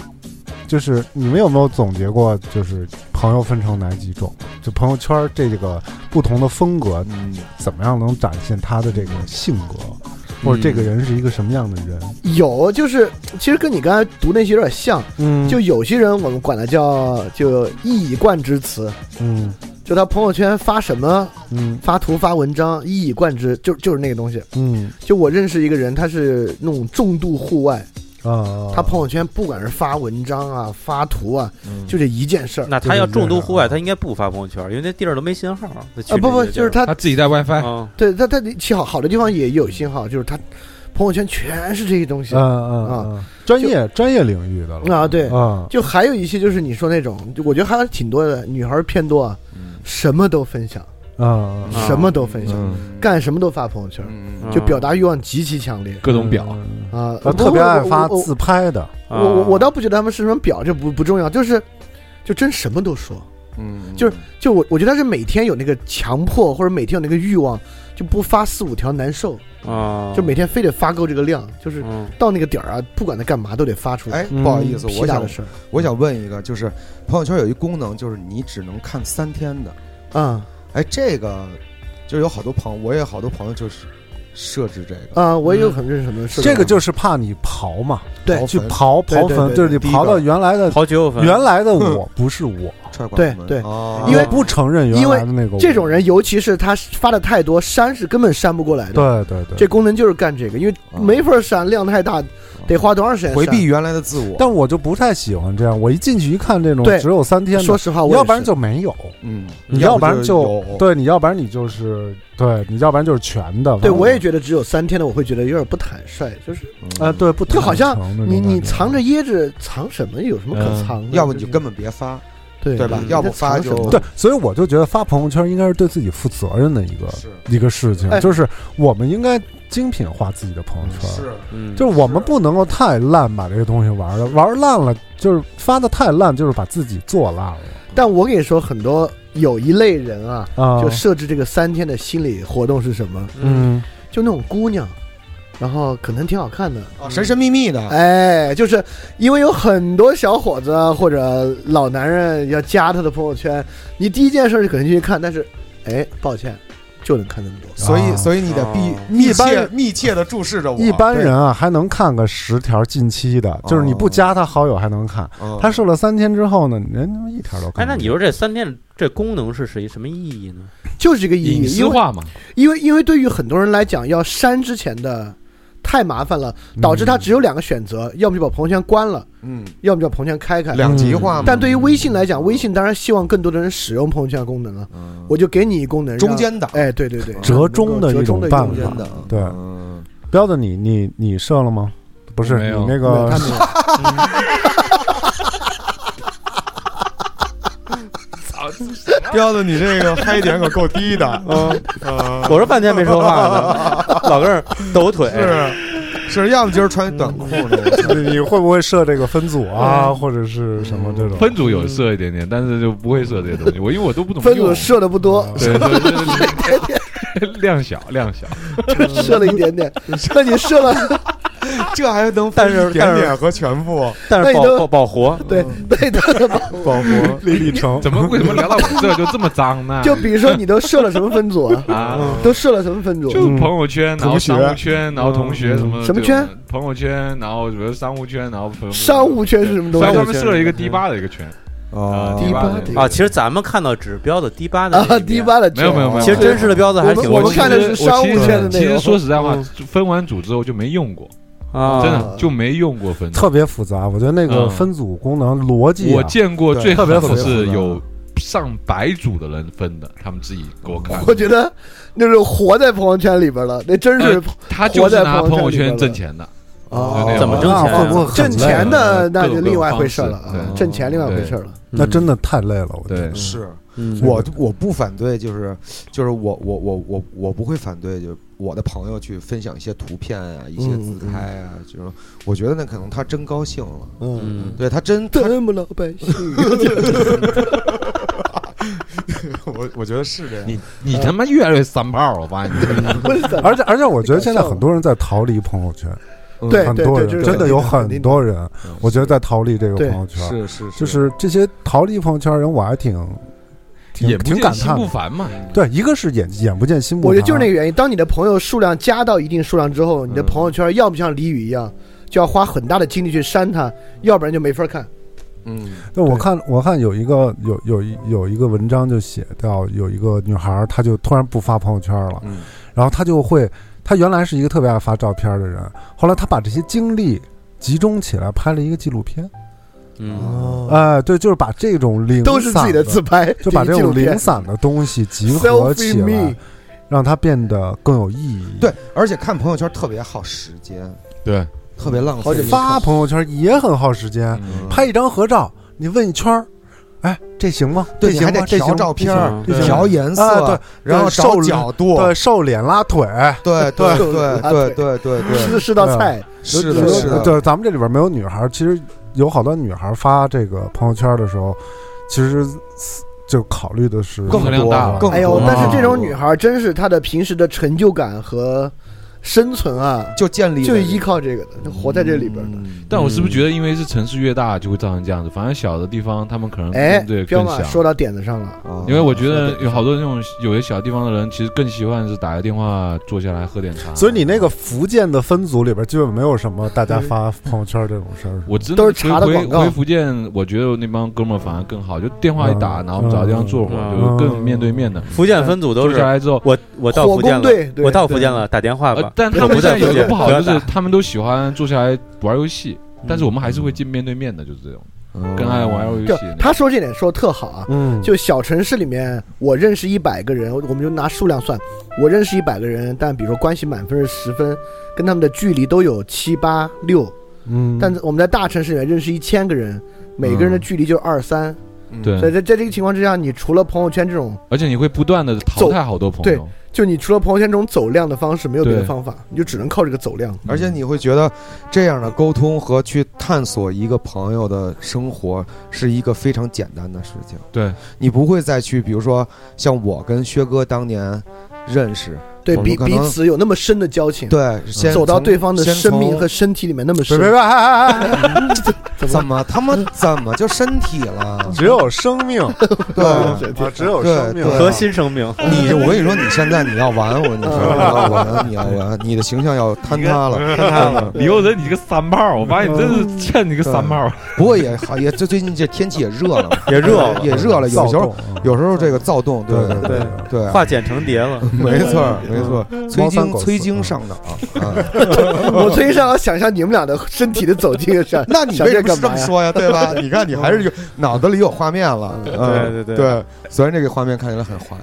B: 就是你们有没有总结过，就是朋友分成哪几种？就朋友圈儿这个不同的风格，
F: 嗯，
B: 怎么样能展现他的这个性格，
C: 嗯
B: 或者这个人是一个什么样的人？
C: 有就是其实跟你刚才读那些有点像，
B: 嗯
C: 就有些人我们管他叫就一以贯之词，
B: 嗯
C: 就他朋友圈发什么
B: 嗯
C: 发图发文章一以贯之，就就是那个东西。
B: 嗯
C: 就我认识一个人，他是那种重度户外，
B: 啊，
C: 嗯他朋友圈不管是发文章啊、发图啊，
E: 嗯
C: 就这一件事儿。
D: 那他要重度户外，他应该不发朋友圈，因为那地儿都没信号。啊
C: 啊，不不，就是他哎
E: 他自己带 WiFi，
D: 啊，
C: 对他他其好好的地方也有信号，就是他朋友圈全是这些东西
B: 嗯嗯嗯，专业专业领域的了
C: 啊，对。
B: 啊，
C: 就还有一些就是你说那种，就我觉得还是挺多的，女孩儿偏多啊，什么都分享，
B: 啊
D: 啊
C: 什么都分享，
E: 嗯，
C: 干什么都发朋友圈，
F: 嗯
C: 就表达欲望极其强烈
E: 各种表，
C: 啊！
B: 嗯他
C: 我
B: 特别爱发
C: 我我
B: 自拍的，
D: 啊
C: 我我我倒不觉得他们是什么表，这不不重要，就是就真什么都说。
F: 嗯
C: 就是就我我觉得他是每天有那个强迫或者每天有那个欲望，就不发四五条难受，
D: 啊，
C: 就每天非得发够这个量，就是
D: 嗯
C: 到那个点儿啊，不管他干嘛都得发出来。嗯
F: 哎，不好意思，
C: 屁
F: 我
C: 大
F: 想
C: 的事儿
F: 我想问一个，就是朋友圈有一功能，就是你只能看三天的。
C: 啊
F: 哎，这个就有好多朋友，我也有好多朋友就是设置这个，
C: 啊！我也有很认识很多事儿，
B: 这个就是怕你刨嘛，
C: 对
F: 刨
B: 去
F: 坟
B: 刨
C: 对
B: 刨
C: 对
B: 坟，
C: 对
B: 就是你刨到原来的
D: 刨九九分，
B: 原来的我不是我，
F: 踹管
C: 对
F: 门
C: 对
F: 哦
C: 嗯因为
B: 我不承认原来的那个我
C: 这种人，尤其是他发的太多，删是根本删不过来
B: 对
C: 的。
B: 对对，
C: 这功能就是干这个，因为没法删，量太大，得花多长时间
F: 啊回
C: 删
F: 避原来的自我。
B: 但我就不太喜欢这样，我一进去一看这种
C: 对
B: 只有三天
C: 说
B: 的，
C: 实话，
B: 你
C: 我
B: 要
C: 也
B: 不然
C: 是
B: 就没有，
F: 嗯，
B: 你要不然
F: 要
B: 就
F: 不有
B: 对，你要不然你就是对，你要不然就是全的。
C: 对
B: 反正
C: 我也觉得只有三天的，我会觉得有点不坦率，就是
D: 嗯
B: 呃，对，不
C: 就好像
B: 坦诚那种
C: 你你
B: 感觉
C: 藏着掖着藏什么？有什么可
D: 嗯
C: 藏的？
F: 要不你就是根本别发，
C: 对
F: 对吧
C: 你
F: 要不
C: 在藏
F: 发
C: 什
F: 就
C: 么
B: 对，所以我就觉得发朋友圈应该是对自己负责任的一个
F: 是
B: 一个事情
C: 哎，
B: 就是我们应该精品化自己的朋友圈。
D: 嗯，
B: 就是我们不能够太烂，把这个东西玩了，玩烂了就是发的太烂，就是把自己做烂了
C: 但我跟你说，很多有一类人啊，
B: 啊。
C: 就设置这个三天的心理活动是什么？
D: 嗯，
B: 嗯，
C: 就那种姑娘，然后可能挺好看的，
F: 啊神神秘秘的，
C: 哎，就是因为有很多小伙子或者老男人要加他的朋友圈，你第一件事可能去看，但是，哎，抱歉，就能看那么多。
F: 所以
B: 啊
F: 所以你得
D: 哦
F: 必密
B: 一般
F: 切
B: 人
F: 密切的注视着我。
B: 一般人啊还能看个十条近期的，就是你不加他好友还能看。
F: 嗯
B: 他设了三天之后呢，人他妈一条都
D: 哎
B: 看，不见。
D: 那你说这三天这功能是谁什么意义呢？
C: 就是这个意
E: 隐
C: 义，因
E: 私
C: 为
E: 化嘛，
C: 因为因为对于很多人来讲，要删之前的太麻烦了，
B: 嗯
C: 导致他只有两个选择，要么就把朋友圈关了，
F: 嗯
C: 要么就把朋友圈开
B: 嗯
C: 开。
F: 两极化嘛，
C: 但对于微信来讲，微信当然希望更多的人使用朋友圈的功能啊了，
F: 嗯
C: 我就给你一功能，让
F: 中，间档
C: 哎，对对对，
B: 折中的
C: 折
B: 一种
C: 中的一
B: 办
C: 种
B: 法
F: 中间档
B: 对
F: 嗯
B: 彪子，你你你设了吗？不是
E: 没有
B: 你那
C: 功能
B: 个
C: 他没有
F: 彪子，你这个嗨点可够低的，嗯，
D: 我说半天没说话呢， 老跟儿抖腿，
C: 啊
F: 是是，要么就是穿短裤呢， 我 操
B: 你会不会设这个分组啊，或者是什么这种？
E: 嗯分组有设一点点，但是就不会设这些东西。我因为我都不懂
C: 分
E: 用
C: 组设的不多，
B: 啊
E: 对对对对， 量小量小，
C: 设了一点点，那你 设了，
F: 这还能分
D: 但是
F: 一点
D: 但是
F: 点和全部
D: 但
C: 那
D: 是
C: 你
D: 保
C: 都
D: 保保活，
C: 对对的，
F: 保护。
B: 李立成
E: 怎 么为什么聊到我这就这么脏呢？
C: 就比如说你都设了什么分组啊？
E: 啊，
C: 都设了什么分组？
E: 就朋友圈，然后
F: 同学
E: 商务圈，然后同学什么
C: 嗯什么圈？
E: 朋友圈，然后比如商务圈，然后朋友
C: 商务圈是什么东
E: 所以他
C: 西？
E: 们设了一个 D 八的一个圈啊
C: 第
E: 第
C: 一
E: 一
C: 八
E: 八
C: 第一
D: 啊，其实咱们看到指标的低八的那
C: 啊，
D: 一面
C: 第八的
E: 没有没有没有
D: 其实真实的标子还是挺
C: 哦我
D: 温
C: 们
D: 馨
C: 看的是商务圈的哦
E: 其
C: 内
E: 实
C: 容。
E: 说实在话，分完组之后就没用过，
D: 啊，
E: 真的就没用过分组。
B: 特别复杂，我觉得那个
E: 嗯
B: 分组功能逻辑
E: 我
B: 啊，
E: 见过
F: 对
E: 最
B: 特别
E: 狠
B: 复
E: 的
B: 杂
E: 是有上百组的人分的，他们自己给我看。
C: 我觉得那是活在朋友圈里边了，那真是
E: 他就是拿朋友圈挣钱的，
C: 哦
E: 对
D: 怎么挣
B: 那
D: 钱啊
B: 会不会很
C: 挣
B: 累
C: 钱的，那就
E: 各种
C: 另外回事了
E: 各种
C: 啊
E: 方，式
C: 挣钱另外回事了。
B: 那真的太累了，我觉得
E: 对，
F: 是
D: 嗯
F: 我我不反对，就是就是我我我我我不会反对，就是我的朋友去分享一些图片啊，一些
C: 嗯
F: 自拍啊，就是我觉得那可能他真高兴了，
C: 嗯，
D: 嗯，
F: 对他真他
C: 这么老百 姓，
B: 嗯
F: 我我觉得是这样，
E: 你你他妈越来越三炮了，我发现你。
C: 不是怎么
B: 而且而且我觉得现在很多人在逃离朋友圈，
F: 嗯
C: 对
B: 很多人
C: 这是
B: 真的有
C: 肯
B: 很
C: 定的
B: 多人，
F: 嗯
B: 我觉得在逃离这个
C: 对
B: 朋友圈，
F: 是是
B: 就是这些逃离朋友圈的人，我还挺挺
E: 也不
B: 挺
E: 见
B: 感
E: 心
B: 叹
E: 不
B: 的。
E: 烦嘛，
B: 对，一个是眼眼不见心不
C: 我
B: 烦，
C: 觉得就是那个原因。当你的朋友数量加到一定数量之后，
E: 嗯
C: 你的朋友圈要不像俚语一样，就要花很大的精力去删它，要不然就没法看。
F: 嗯
B: 对，啊我看我看有一个有有一有一个文章就写到有一个女孩儿，她就突然不发朋友圈了，
F: 嗯
B: 然后她就会，她原来是一个特别爱发照片的人，后来她把这些精力集中起来拍了一个纪录片，
D: 嗯
C: 哦，
B: 哎、对，就是把这种零散
C: 都是自己的自拍，
B: 就把
C: 自
B: 这
C: 己纪录
B: 种
C: 片
B: 零散的东西集合起
C: Selfie me
B: 来，让它变得更有意义。
F: 对，，而且看朋友圈特别耗时间，
E: 对，
F: 特别浪费。
B: 发朋友圈也很耗时间，
E: 嗯
B: 拍一张合照，你问一圈儿，哎，这行吗？
F: 对，
B: 这
F: 你
B: 行
F: 还
B: 吗？
F: 得
B: 这行吗
F: 调照片
B: 这行吗
F: 儿、
D: 这行
F: 调颜
B: 啊对
F: 色，然后
B: 瘦
F: 找
B: 了
F: 角度，
B: 对，瘦脸拉腿，
F: 对对
C: 瘦
F: 对
C: 啊
F: 对对对对，
C: 吃吃道菜，
F: 是
B: 有
F: 的，是的，
B: 就是咱们这里边没有女孩儿，其实有好多女孩儿发这个朋友圈的时候，其实就考虑的是
E: 更量大了
F: 更
C: 哎呦
F: 多！
C: 但是这
B: 哦
C: 种女孩真是她的平时的成就感和生存啊，
F: 就建立
C: 就
F: 了
C: 依靠这个的，活在这里边的。
F: 嗯
E: 但我是不是觉得，因为是城市越大，就会造成这样子？反正小的地方，他们可能
C: 哎
E: 面嗯对，
C: 彪
E: 更
C: 马
E: 小。
C: 说到点子上了，
F: 啊
E: 因为我觉得有好多那种有些小地方的人，其实更喜欢是打个电话坐下来喝点茶。
B: 所以你那个福建的分组里边基本没有什么大家发朋友圈这种事儿，
E: 我真的
C: 都是查的
E: 回
C: 广告
E: 回福建，我觉得那帮哥们儿反而更好，就电话一打，
B: 嗯
E: 然后我们找个地方坐会儿，
D: 嗯
E: 就是更面对面的。
D: 福建分组都
E: 坐下
D: 是
E: 来之后，
D: 我我到
C: 火
D: 福建了，
C: 攻队，对
D: 我到福建了，打电话吧
E: 呃，但他们
D: 不
E: 现
D: 在
E: 在有一个
D: 不
E: 不好，
D: 要
E: 就
D: 打嗯
E: 是他们都喜欢坐下来玩游戏，但是我们还是会见面对面的，就是这种
F: 哦
E: 更爱玩游戏
C: 就
E: 的那种。
C: 他说这点说的特好啊，
F: 嗯，
C: 就小城市里面，我认识一百个人，我们就拿数量算，我认识一百个人，但比如说关系满分是十分，跟他们的距离都有七八六，
F: 嗯
C: 但我们在大城市里面认识一千个人，每个人的距离就二
F: 嗯
C: 三，所
E: 对，
C: 以在在这个情况之下，你除了朋友圈这种，
E: 而且你会不断的淘汰好多朋友，
C: 就你除了朋友圈这种走量的方式，没有别的
E: 对
C: 方法，你就只能靠这个走量。
F: 而且你会觉得这样的沟通和去探索一个朋友的生活是一个非常简单的事情。
E: 对，
F: 你不会再去，比如说像我跟薛哥当年认识，
C: 对
F: 我们
C: 比
F: 可
C: 彼
F: 能
C: 此有那么深的交情，
F: 对，先
C: 走到
F: 从
C: 对方的
F: 先
C: 生命
F: 从
C: 和身体里面那么
B: 别
C: 深
B: 别，别，哎哎哎哎，
C: 怎么
F: 怎么他妈怎么就身体 了？
B: 只有生命
F: 对，
B: 啊，只有生命
F: 对
D: 和新生命，
F: 你我跟你说，你现在你要完，我跟你说，你要完，你要完，你的形象要坍塌了，嗯坍塌了。
G: 李欧仁，你个三炮，我发现你
B: 嗯
G: 真是欠你个三炮。
F: 嗯不过也好，也这最近这天气也热了，
D: 也热了
F: 也热了。有时候有时候这个躁动，对
B: 对
F: 对
B: 对
F: 对，
D: 化茧成蝶了。
F: 没错儿没错儿，
B: 猫三
F: 崔菁
B: 狗四
F: 崔菁上脑啊！？
C: 我最想要想象你们俩的身体的走近是吧
F: 那你
C: 想
F: 为什么
C: 干
F: 是这
C: 嘛
F: 么
C: 呀？
F: 说呀？对吧？你看你还是有脑子里有画面了，嗯
D: 对对对
F: 对。虽然这个画面看起来很滑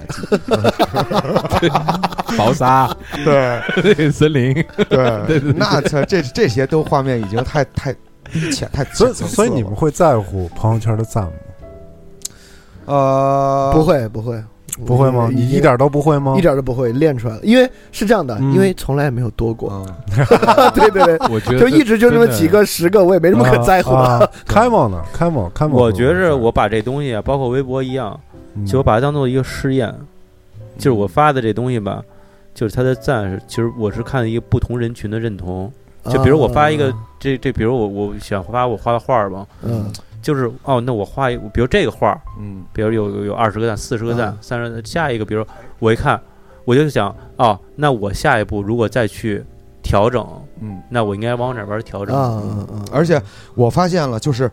F: 稽，
E: 薄纱
F: 对
E: 那个森 林，
F: 对，那这这这些都画面已经太太低浅太
B: 所以
F: 浅层次
B: 所以你
F: 了
B: 们会在乎朋友圈的赞吗？
F: 呃
C: 不会不会
B: 不会吗？
C: 嗯
B: 你一点都不会吗？
C: 一点都不会练出来了，因为是这样的，
B: 嗯
C: 因为从来没有多过，
F: 嗯
C: 对对对，
E: 我觉得
C: 就一直就那么几个十个，我也没什么可在乎的。
B: 啊。开蒙呢？开蒙开蒙，
D: 我觉着我把这东西啊，包括微博一样，
B: 嗯
D: 就我把它当做一个试验，就是我发的这东西吧，就是它的赞是，其实我是看一个不同人群的认同。啊
C: 啊
D: 就比如我发一个这这，比如我我想发我画的画儿吧，
C: 嗯，
D: 就是哦，那我画一，比如这个画儿，
F: 嗯
D: 比如有有有二十个赞、四十个赞、三十下一个，比如我一看，我就想哦，那我下一步如果再去调整，
F: 嗯，
D: 那我应该往哪边调
C: 嗯
D: 整？
C: 啊嗯
F: 而且我发现了，就是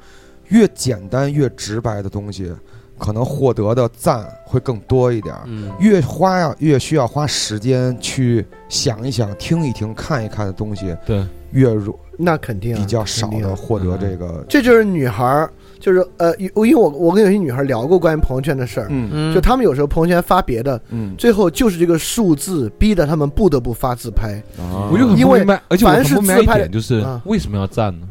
F: 越简单越直白的东西，可能获得的赞会更多一点儿。
D: 嗯，
F: 越花呀，越需要花时间去想一想、听一听、看一看的东西，
E: 对，
F: 越容
C: 那肯定啊
F: 比较少
C: 肯定
F: 的
C: 啊
F: 获得这个，
C: 这就是女孩儿，就是呃，因因为我我跟有些女孩聊过关于朋友圈的事儿，
F: 嗯
D: 嗯
C: 就她们有时候朋友圈发别的，
F: 嗯，
C: 最后就是这个数字逼得她们不得不发自拍。
E: 我就很
C: 因
E: 不
C: 为
E: 明白，而且我
C: 凡
E: 很
C: 是
E: 不明白一
C: 自拍
E: 点就是
C: 啊
E: 为什么要赞呢？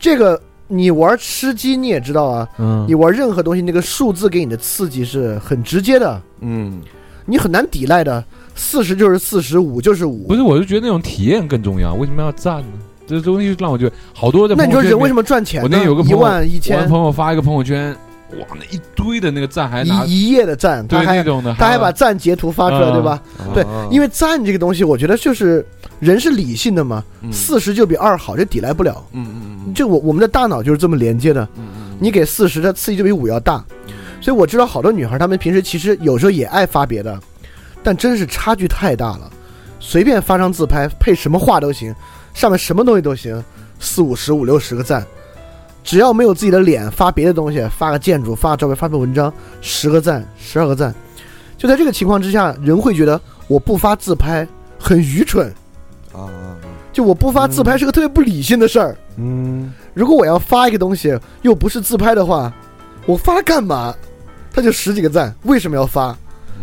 C: 这个你玩吃鸡你也知道啊，
E: 嗯
C: 你，玩任何东西，那个数字给你的刺激是很直接的，
F: 嗯
C: 你很难抵赖的。四十就是四十，五就是五。
E: 不是，我就觉得那种体验更重要，为什么要赞呢？这东西让我觉得好多在
C: 那
E: 朋
C: 你
E: 友
C: 说
E: 圈里
C: 人
E: 面
C: 为什么赚钱呢？
E: 我那天有个朋
C: 一
E: 友
C: 万一
E: 我的
C: 千
E: 朋友发一个朋友圈，哇，那一堆的那个赞还拿
C: 一一夜的赞，他
E: 对那
C: 还
E: 种的，
C: 他还把赞截图发出来，
E: 嗯
C: 对吧？
F: 啊
C: 对，因为赞这个东西，我觉得就是人是理性的嘛，
F: 为
C: 四十就比二好，这抵赖不了。
F: 嗯嗯嗯
C: 这我我们的大脑就是这么连接的，
F: 嗯，
C: 你给四十，它刺激就比五要大。所以我知道好多女孩，她们平时其实有时候也爱发别的，但真是差距太大了。随便发张自拍，配什么话都行，上面什么东西都行，四五十、五六十个赞，只要没有自己的脸，发别的东西，发个建筑，发个照片，发篇文章，十个赞、十二个赞。就在这个情况之下，人会觉得我不发自拍很愚蠢，
F: 啊啊
C: 就我不发
D: 嗯
C: 自拍是个特别不理性的事儿。
F: 嗯，
C: 如果我要发一个东西又不是自拍的话，我发干嘛？它就十几个赞，为什么要发？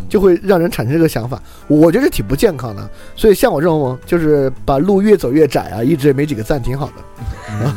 C: 就会让人产生这个想法，我觉得是挺不健康的。所以像我这种，就是把路越走越窄啊，一直也没几个赞，挺好的。
F: 嗯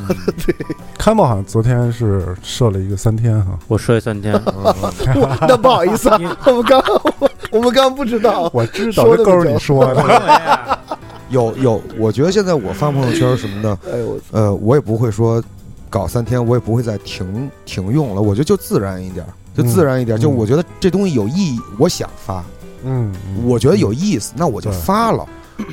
B: 开蒙好像昨天是设了一个三天哈，
D: 我睡三天，
F: 嗯
C: 我那不好意 思啊，我们刚我我们刚不知道，
B: 我知道这够是你说的，
F: 有有，我觉得现在我发朋友圈什么的，
C: 哎呦，
F: 呃，我也不会说搞三天，我也不会再停停用了，我觉得就自然一点儿，就自然一点
B: 嗯
F: 儿，就我觉得这东西有意义，我想发，
B: 嗯，嗯
F: 我觉得有意思，那我就
B: 对
F: 发了。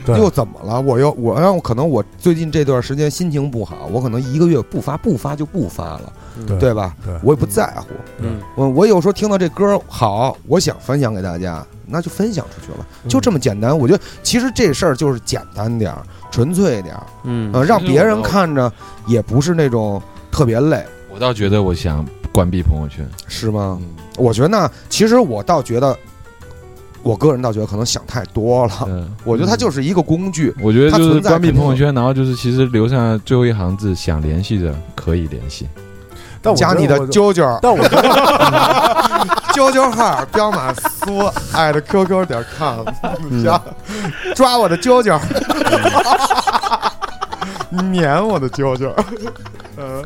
B: 对
F: 又怎么了？我又我让我可能我最近这段时间心情不好，我可能一个月不发，不发就不发了，
B: 对
F: 对吧？
B: 对
F: 我也不在乎。
D: 嗯
F: 我我有时候听到这歌好，我想分享给大家，那就分享出去了，
B: 嗯
F: 就这么简单。我觉得其实这事儿就是简单点儿，纯粹一点儿，
D: 嗯
F: 呃，让
E: 其实
F: 别
E: 我
F: 人
E: 倒
F: 看着也不是那种特别累，
E: 我倒觉得我想关闭朋友圈，
F: 是吗？我觉得那其实我倒觉得，我个人倒觉得可能想太多了。
E: 嗯，
F: 我觉得它就是一个工具，
E: 我觉得
F: 它
E: 就
F: 存
E: 是
F: 在
E: 关闭
F: 肯定
E: 朋友圈，然后就是其实留下最后一行字，想联系的可以联系。
B: 但我
F: 加你的
B: 就，
F: 啾啾
B: 但我觉得
F: 啾啾号彪马苏艾特 QQ 点 com，加
E: 嗯
F: 抓我的啾啾，撵我的啾啾，嗯，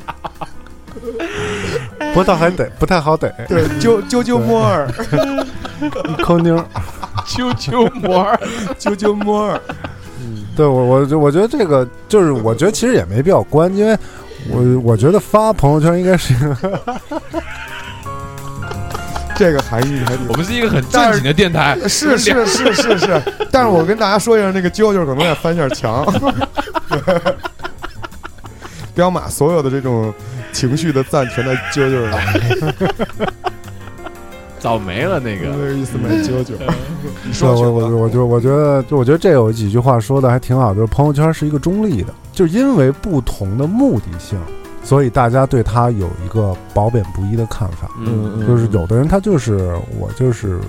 B: 不太还得不太好逮
F: 对，啾啾啾摸儿，
B: 抠妞儿。
E: 啾啾摩尔，
F: 啾啾摸儿，
B: 对我，我就我觉得这个就是，我觉得其实也没必要关，因为我我觉得发朋友圈应该 是一个
F: 这个含义还挺
E: 我们是一个很正经的电台，
F: 是是是是是，但是我跟大家说一声，那个啾啾可能得翻一下墙。 彪马所有的这种情绪的赞全在啾啾上，
G: 早没了那
F: 那个意思没啾啾。你
B: 对
F: 说去
B: 我我我就我觉得，就我觉得这有几句话说的还挺好，就是朋友圈是一个中立的，就是因为不同的目的性，所以大家对它有一个褒贬不一的看法。
D: 嗯
B: 就是有的人他就是我就是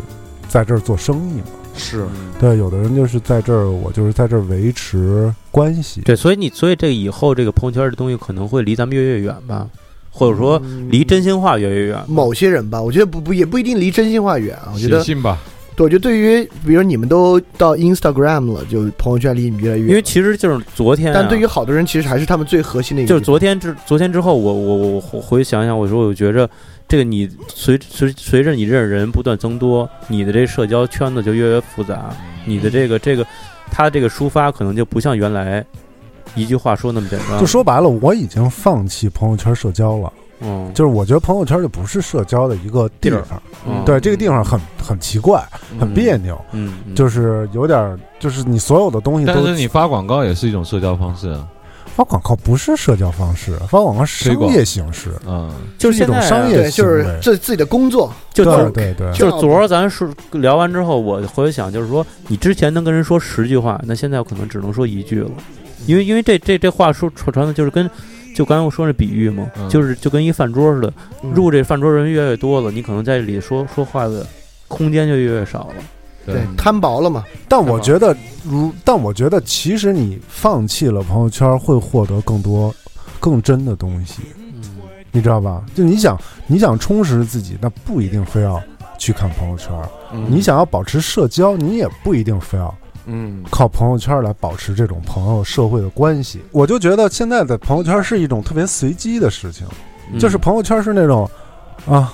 B: 在这儿做生意嘛，
F: 是
B: 对，有的人就是在这儿我就是在这儿维持关系。
D: 对，所以你所以这以后这个朋友圈的东西可能会离咱们越来越远吧，或者说离真心话越来越远。
C: 嗯某些人吧，我觉得不不也不一定离真心话远啊。我觉
E: 写
C: 得，
E: 信吧。
C: 对我觉得对于比如你们都到 Instagram 了，就朋友圈离你们越来越远，
D: 因为其实就是昨天啊、
C: 但对于好多人，其实还是他们最核心的一个地
D: 就是
C: 方。
D: 昨天之昨天之后，我我我我回想想，我说我觉着这个你随随随着你认识人不断增多，你的这社交圈子就越来越复杂，你的这个这个他这个抒发可能就不像原来一句话说那么简单。
B: 就说白了，我已经放弃朋友圈社交了，
D: 嗯，
B: 就是我觉得朋友圈就不是社交的一个地
D: 地儿
B: 方。
D: 嗯
B: 对，这个地方很很奇怪，很别扭，
D: 嗯，嗯
B: 就是有点儿，就是你所有的东西
E: 但
B: 都
E: 是你发广告也是一种社交方式啊，
B: 发广告不是社交方式，发广告是
E: 推
B: 商
E: 广
B: 业形式，
E: 嗯，
D: 就是
B: 一
D: 现
B: 种
D: 在啊
B: 商业
C: 对，
B: 行
C: 就
B: 为
C: 是。这自己的工作，
D: 就就
B: 对
D: 是
B: 对对，
D: 就是昨儿咱说聊完之后，我回想就是说，你之前能跟人说十句话，那现在我可能只能说一句了，因为因为这这这话说传传的就是跟。就刚才我说那比喻嘛，
E: 嗯
D: 就是就跟一饭桌似的，
C: 嗯
D: 入这饭桌人越来越多了，你可能在这里说说话的空间就越来越少了。
C: 对，摊薄了嘛。
B: 但我觉得如，但我觉得其实你放弃了朋友圈，会获得更多、更真的东西，你知道吧？就你想，你想充实自己，那不一定非要去看朋友圈；你想要保持社交，你也不一定非要
F: 嗯
B: 靠朋友圈来保持这种朋友社会的关系。我就觉得现在的朋友圈是一种特别随机的事情，
D: 嗯
B: 就是朋友圈是那种啊，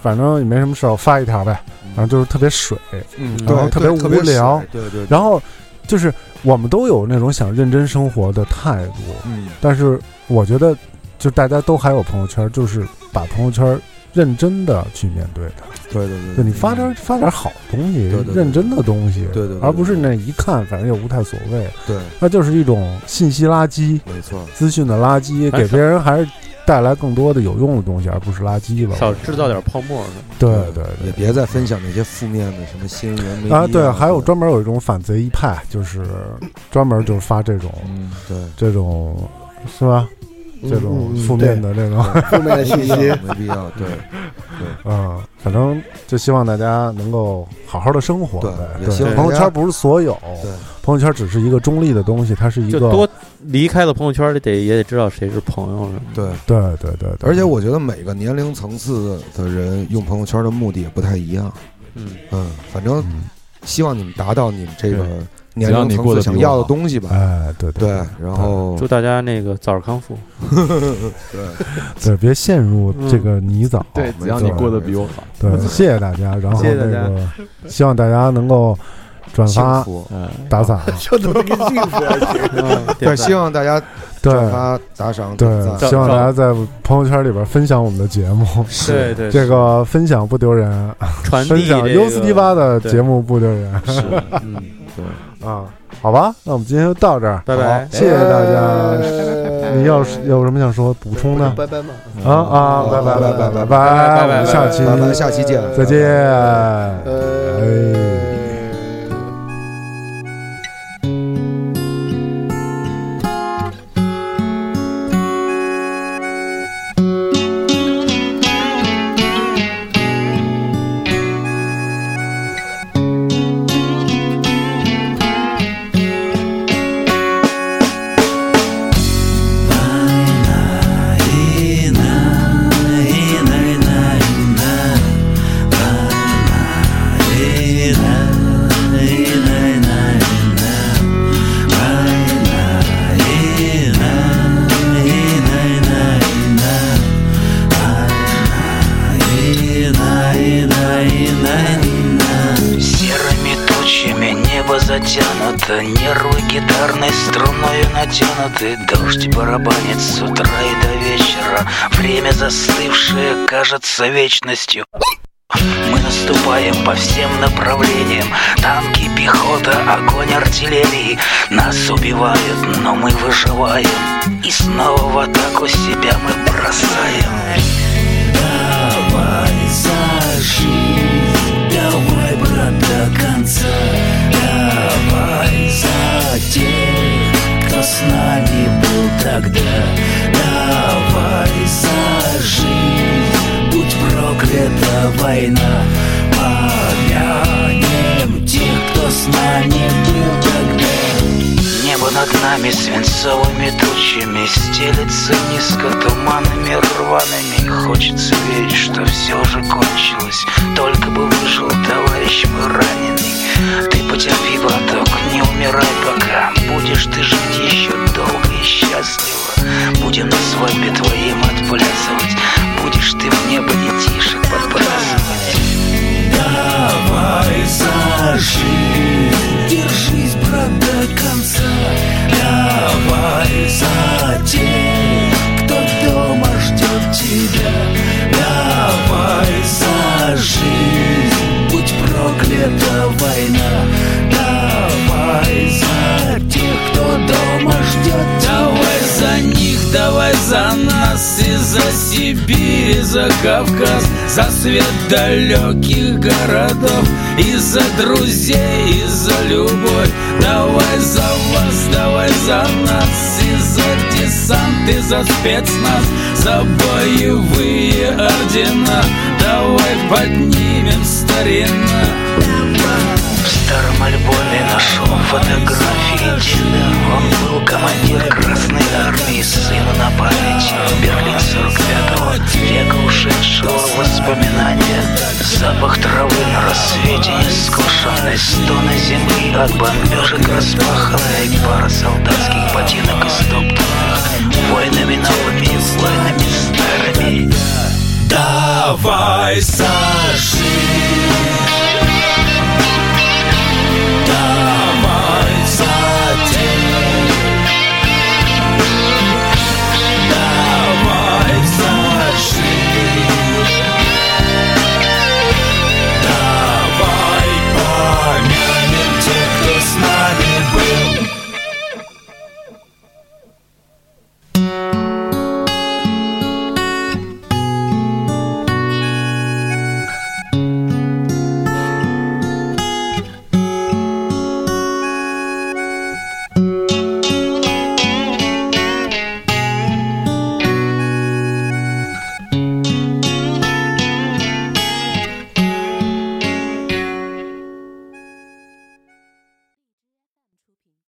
B: 反正也没什么事儿，我发一条呗，然后就是特别水，
F: 嗯，
B: 然后
F: 对，
B: 特别
F: 对
B: 无聊
F: 水对对，对
B: 然后就是我们都有那种想认真生活的态度，
F: 嗯，
B: 但是我觉得就大家都还有朋友圈，就是把朋友圈。认真的去面对它，
F: 对对对嗯
B: 就你发点发点好东西
F: 对对，对
B: 认真的东西，
F: 对对对对
B: 而不是那一看反正也无太所谓，
F: 对，
B: 那就是一种信息垃圾、
F: 没错，
B: 资讯的垃圾，
D: 哎
B: 给别人还是带来更多的有用的东西，而不是垃圾吧。
D: 少制造点泡沫是吧
B: 对对
F: 嗯也别再分享那些负面的什么新闻没
B: 对啊，
F: 意义
B: 对，还有专门有一种反贼一派，就是专门就是发这种
E: 嗯，
F: 对
B: 这种是吧？
C: 嗯
B: 这种
C: 嗯嗯
B: 负面的这种啊、
C: 负面的信
F: 没必
C: 息
F: 要，没必要，对
B: 嗯反正就希望大家能够好好的生活
F: 对
B: 呗。
F: 也希
B: 对，
F: 望
B: 朋友
F: 大家
B: 圈不是所有，
F: 对，
B: 朋友圈只是一个中立的东西，它是一
D: 就
B: 个
D: 多离开了朋友圈，得也得知道谁是朋友是吧？
F: 对。
B: 对对对对，
F: 而且我觉得每个年龄层次的人用朋友圈的目的也不太一样，
D: 嗯，
F: 嗯，反正
B: 嗯
F: 希望你们达到你们这个年
E: 只要
F: 龄
E: 你
F: 层
E: 过
F: 次
E: 得
F: 想
E: 比我
F: 要的
E: 好
F: 东西吧。
B: 哎，对
F: 对
B: 对，
F: 然后
D: 祝大家那个早日康复。
B: 对，别陷入这个
F: 嗯
B: 泥沼。
E: 对，只要你过得比我好，
B: 对，谢谢大家，然后
D: 谢谢
B: 那
D: 大家
B: 个希望大家能够转
F: 幸
B: 发
F: 福，
E: 嗯，
B: 打赏，
C: 就怎么个幸福啊？
F: 对，希望大家
B: 对
F: 转发、打赏、点
B: 对，
F: 赞。
B: 希望大家在朋友圈里边分享我们的节目，
D: 对对
B: 这个分享不丢人，
D: 传递
B: 分享
D: 这
B: 优
D: 个
B: 斯迪八的节目不丢人
D: 是，嗯，
B: 啊，好吧，那我们今天就到这儿，
D: 拜拜。
B: 谢谢大家。
C: 呃
B: 你要是有什么想说补充的
C: 拜拜嘛。
B: 啊啊，拜拜拜拜拜
D: 嗯拜拜
B: 拜，我
D: 拜拜
B: 们下期
F: 拜拜，下期见。
B: 再见，哎。
C: 呃。
H: Thank протянута Нервы гитарной струною натянуты Дождь барабанит с утра и до вечера Время застывшее кажется вечностью мы наступаем по всем направлениям Танки, пехота, огонь артиллерии Нас убивают, но мы выживаем И снова в атаку себя мы бросаем Давай за жизнь Давай, брат, до конца Давай за тех, кто с нами был тогда Давай за жизнь Будь проклята война Помянем тех, кто с нами был тогда Небо над нами свинцовыми тучами Стелится низко туманами рваными Хочется верить, что все же кончилось Только бы выжил товарищ мой раненый Ты потерпи, браток, не умирай пока Будешь ты жить еще долго и счастливо Будем на свадьбе твоей мы отплясывать Будешь ты в небо детишек подбрасывать Давай за жизнь, держись, брат, до конца. Давай за тех, кто дома ждет тебя. Давай за жизнь, будь проклята война. Давай за тех, кто дома ждет тебя. Давай за них, давай за нас и за Сибирь, и за Кавказ, за свет далеких городов, и за друзей, и за любовь. Давай за вас, давай за нас, и за десант, и за спецназ, за боевые ордена. Давай поднимем старина. В старом альбоме нашел фотографии деда. Он был командир Красной Армии, сына на память. Берлин 45-го, века ушедшего воспоминания. Запах травы на рассвете нескошенной, стоны земли от бомбежек распаханной, пара солдатских ботинок истоптанных, войнами новыми, войнами старыми. Давай, Саша!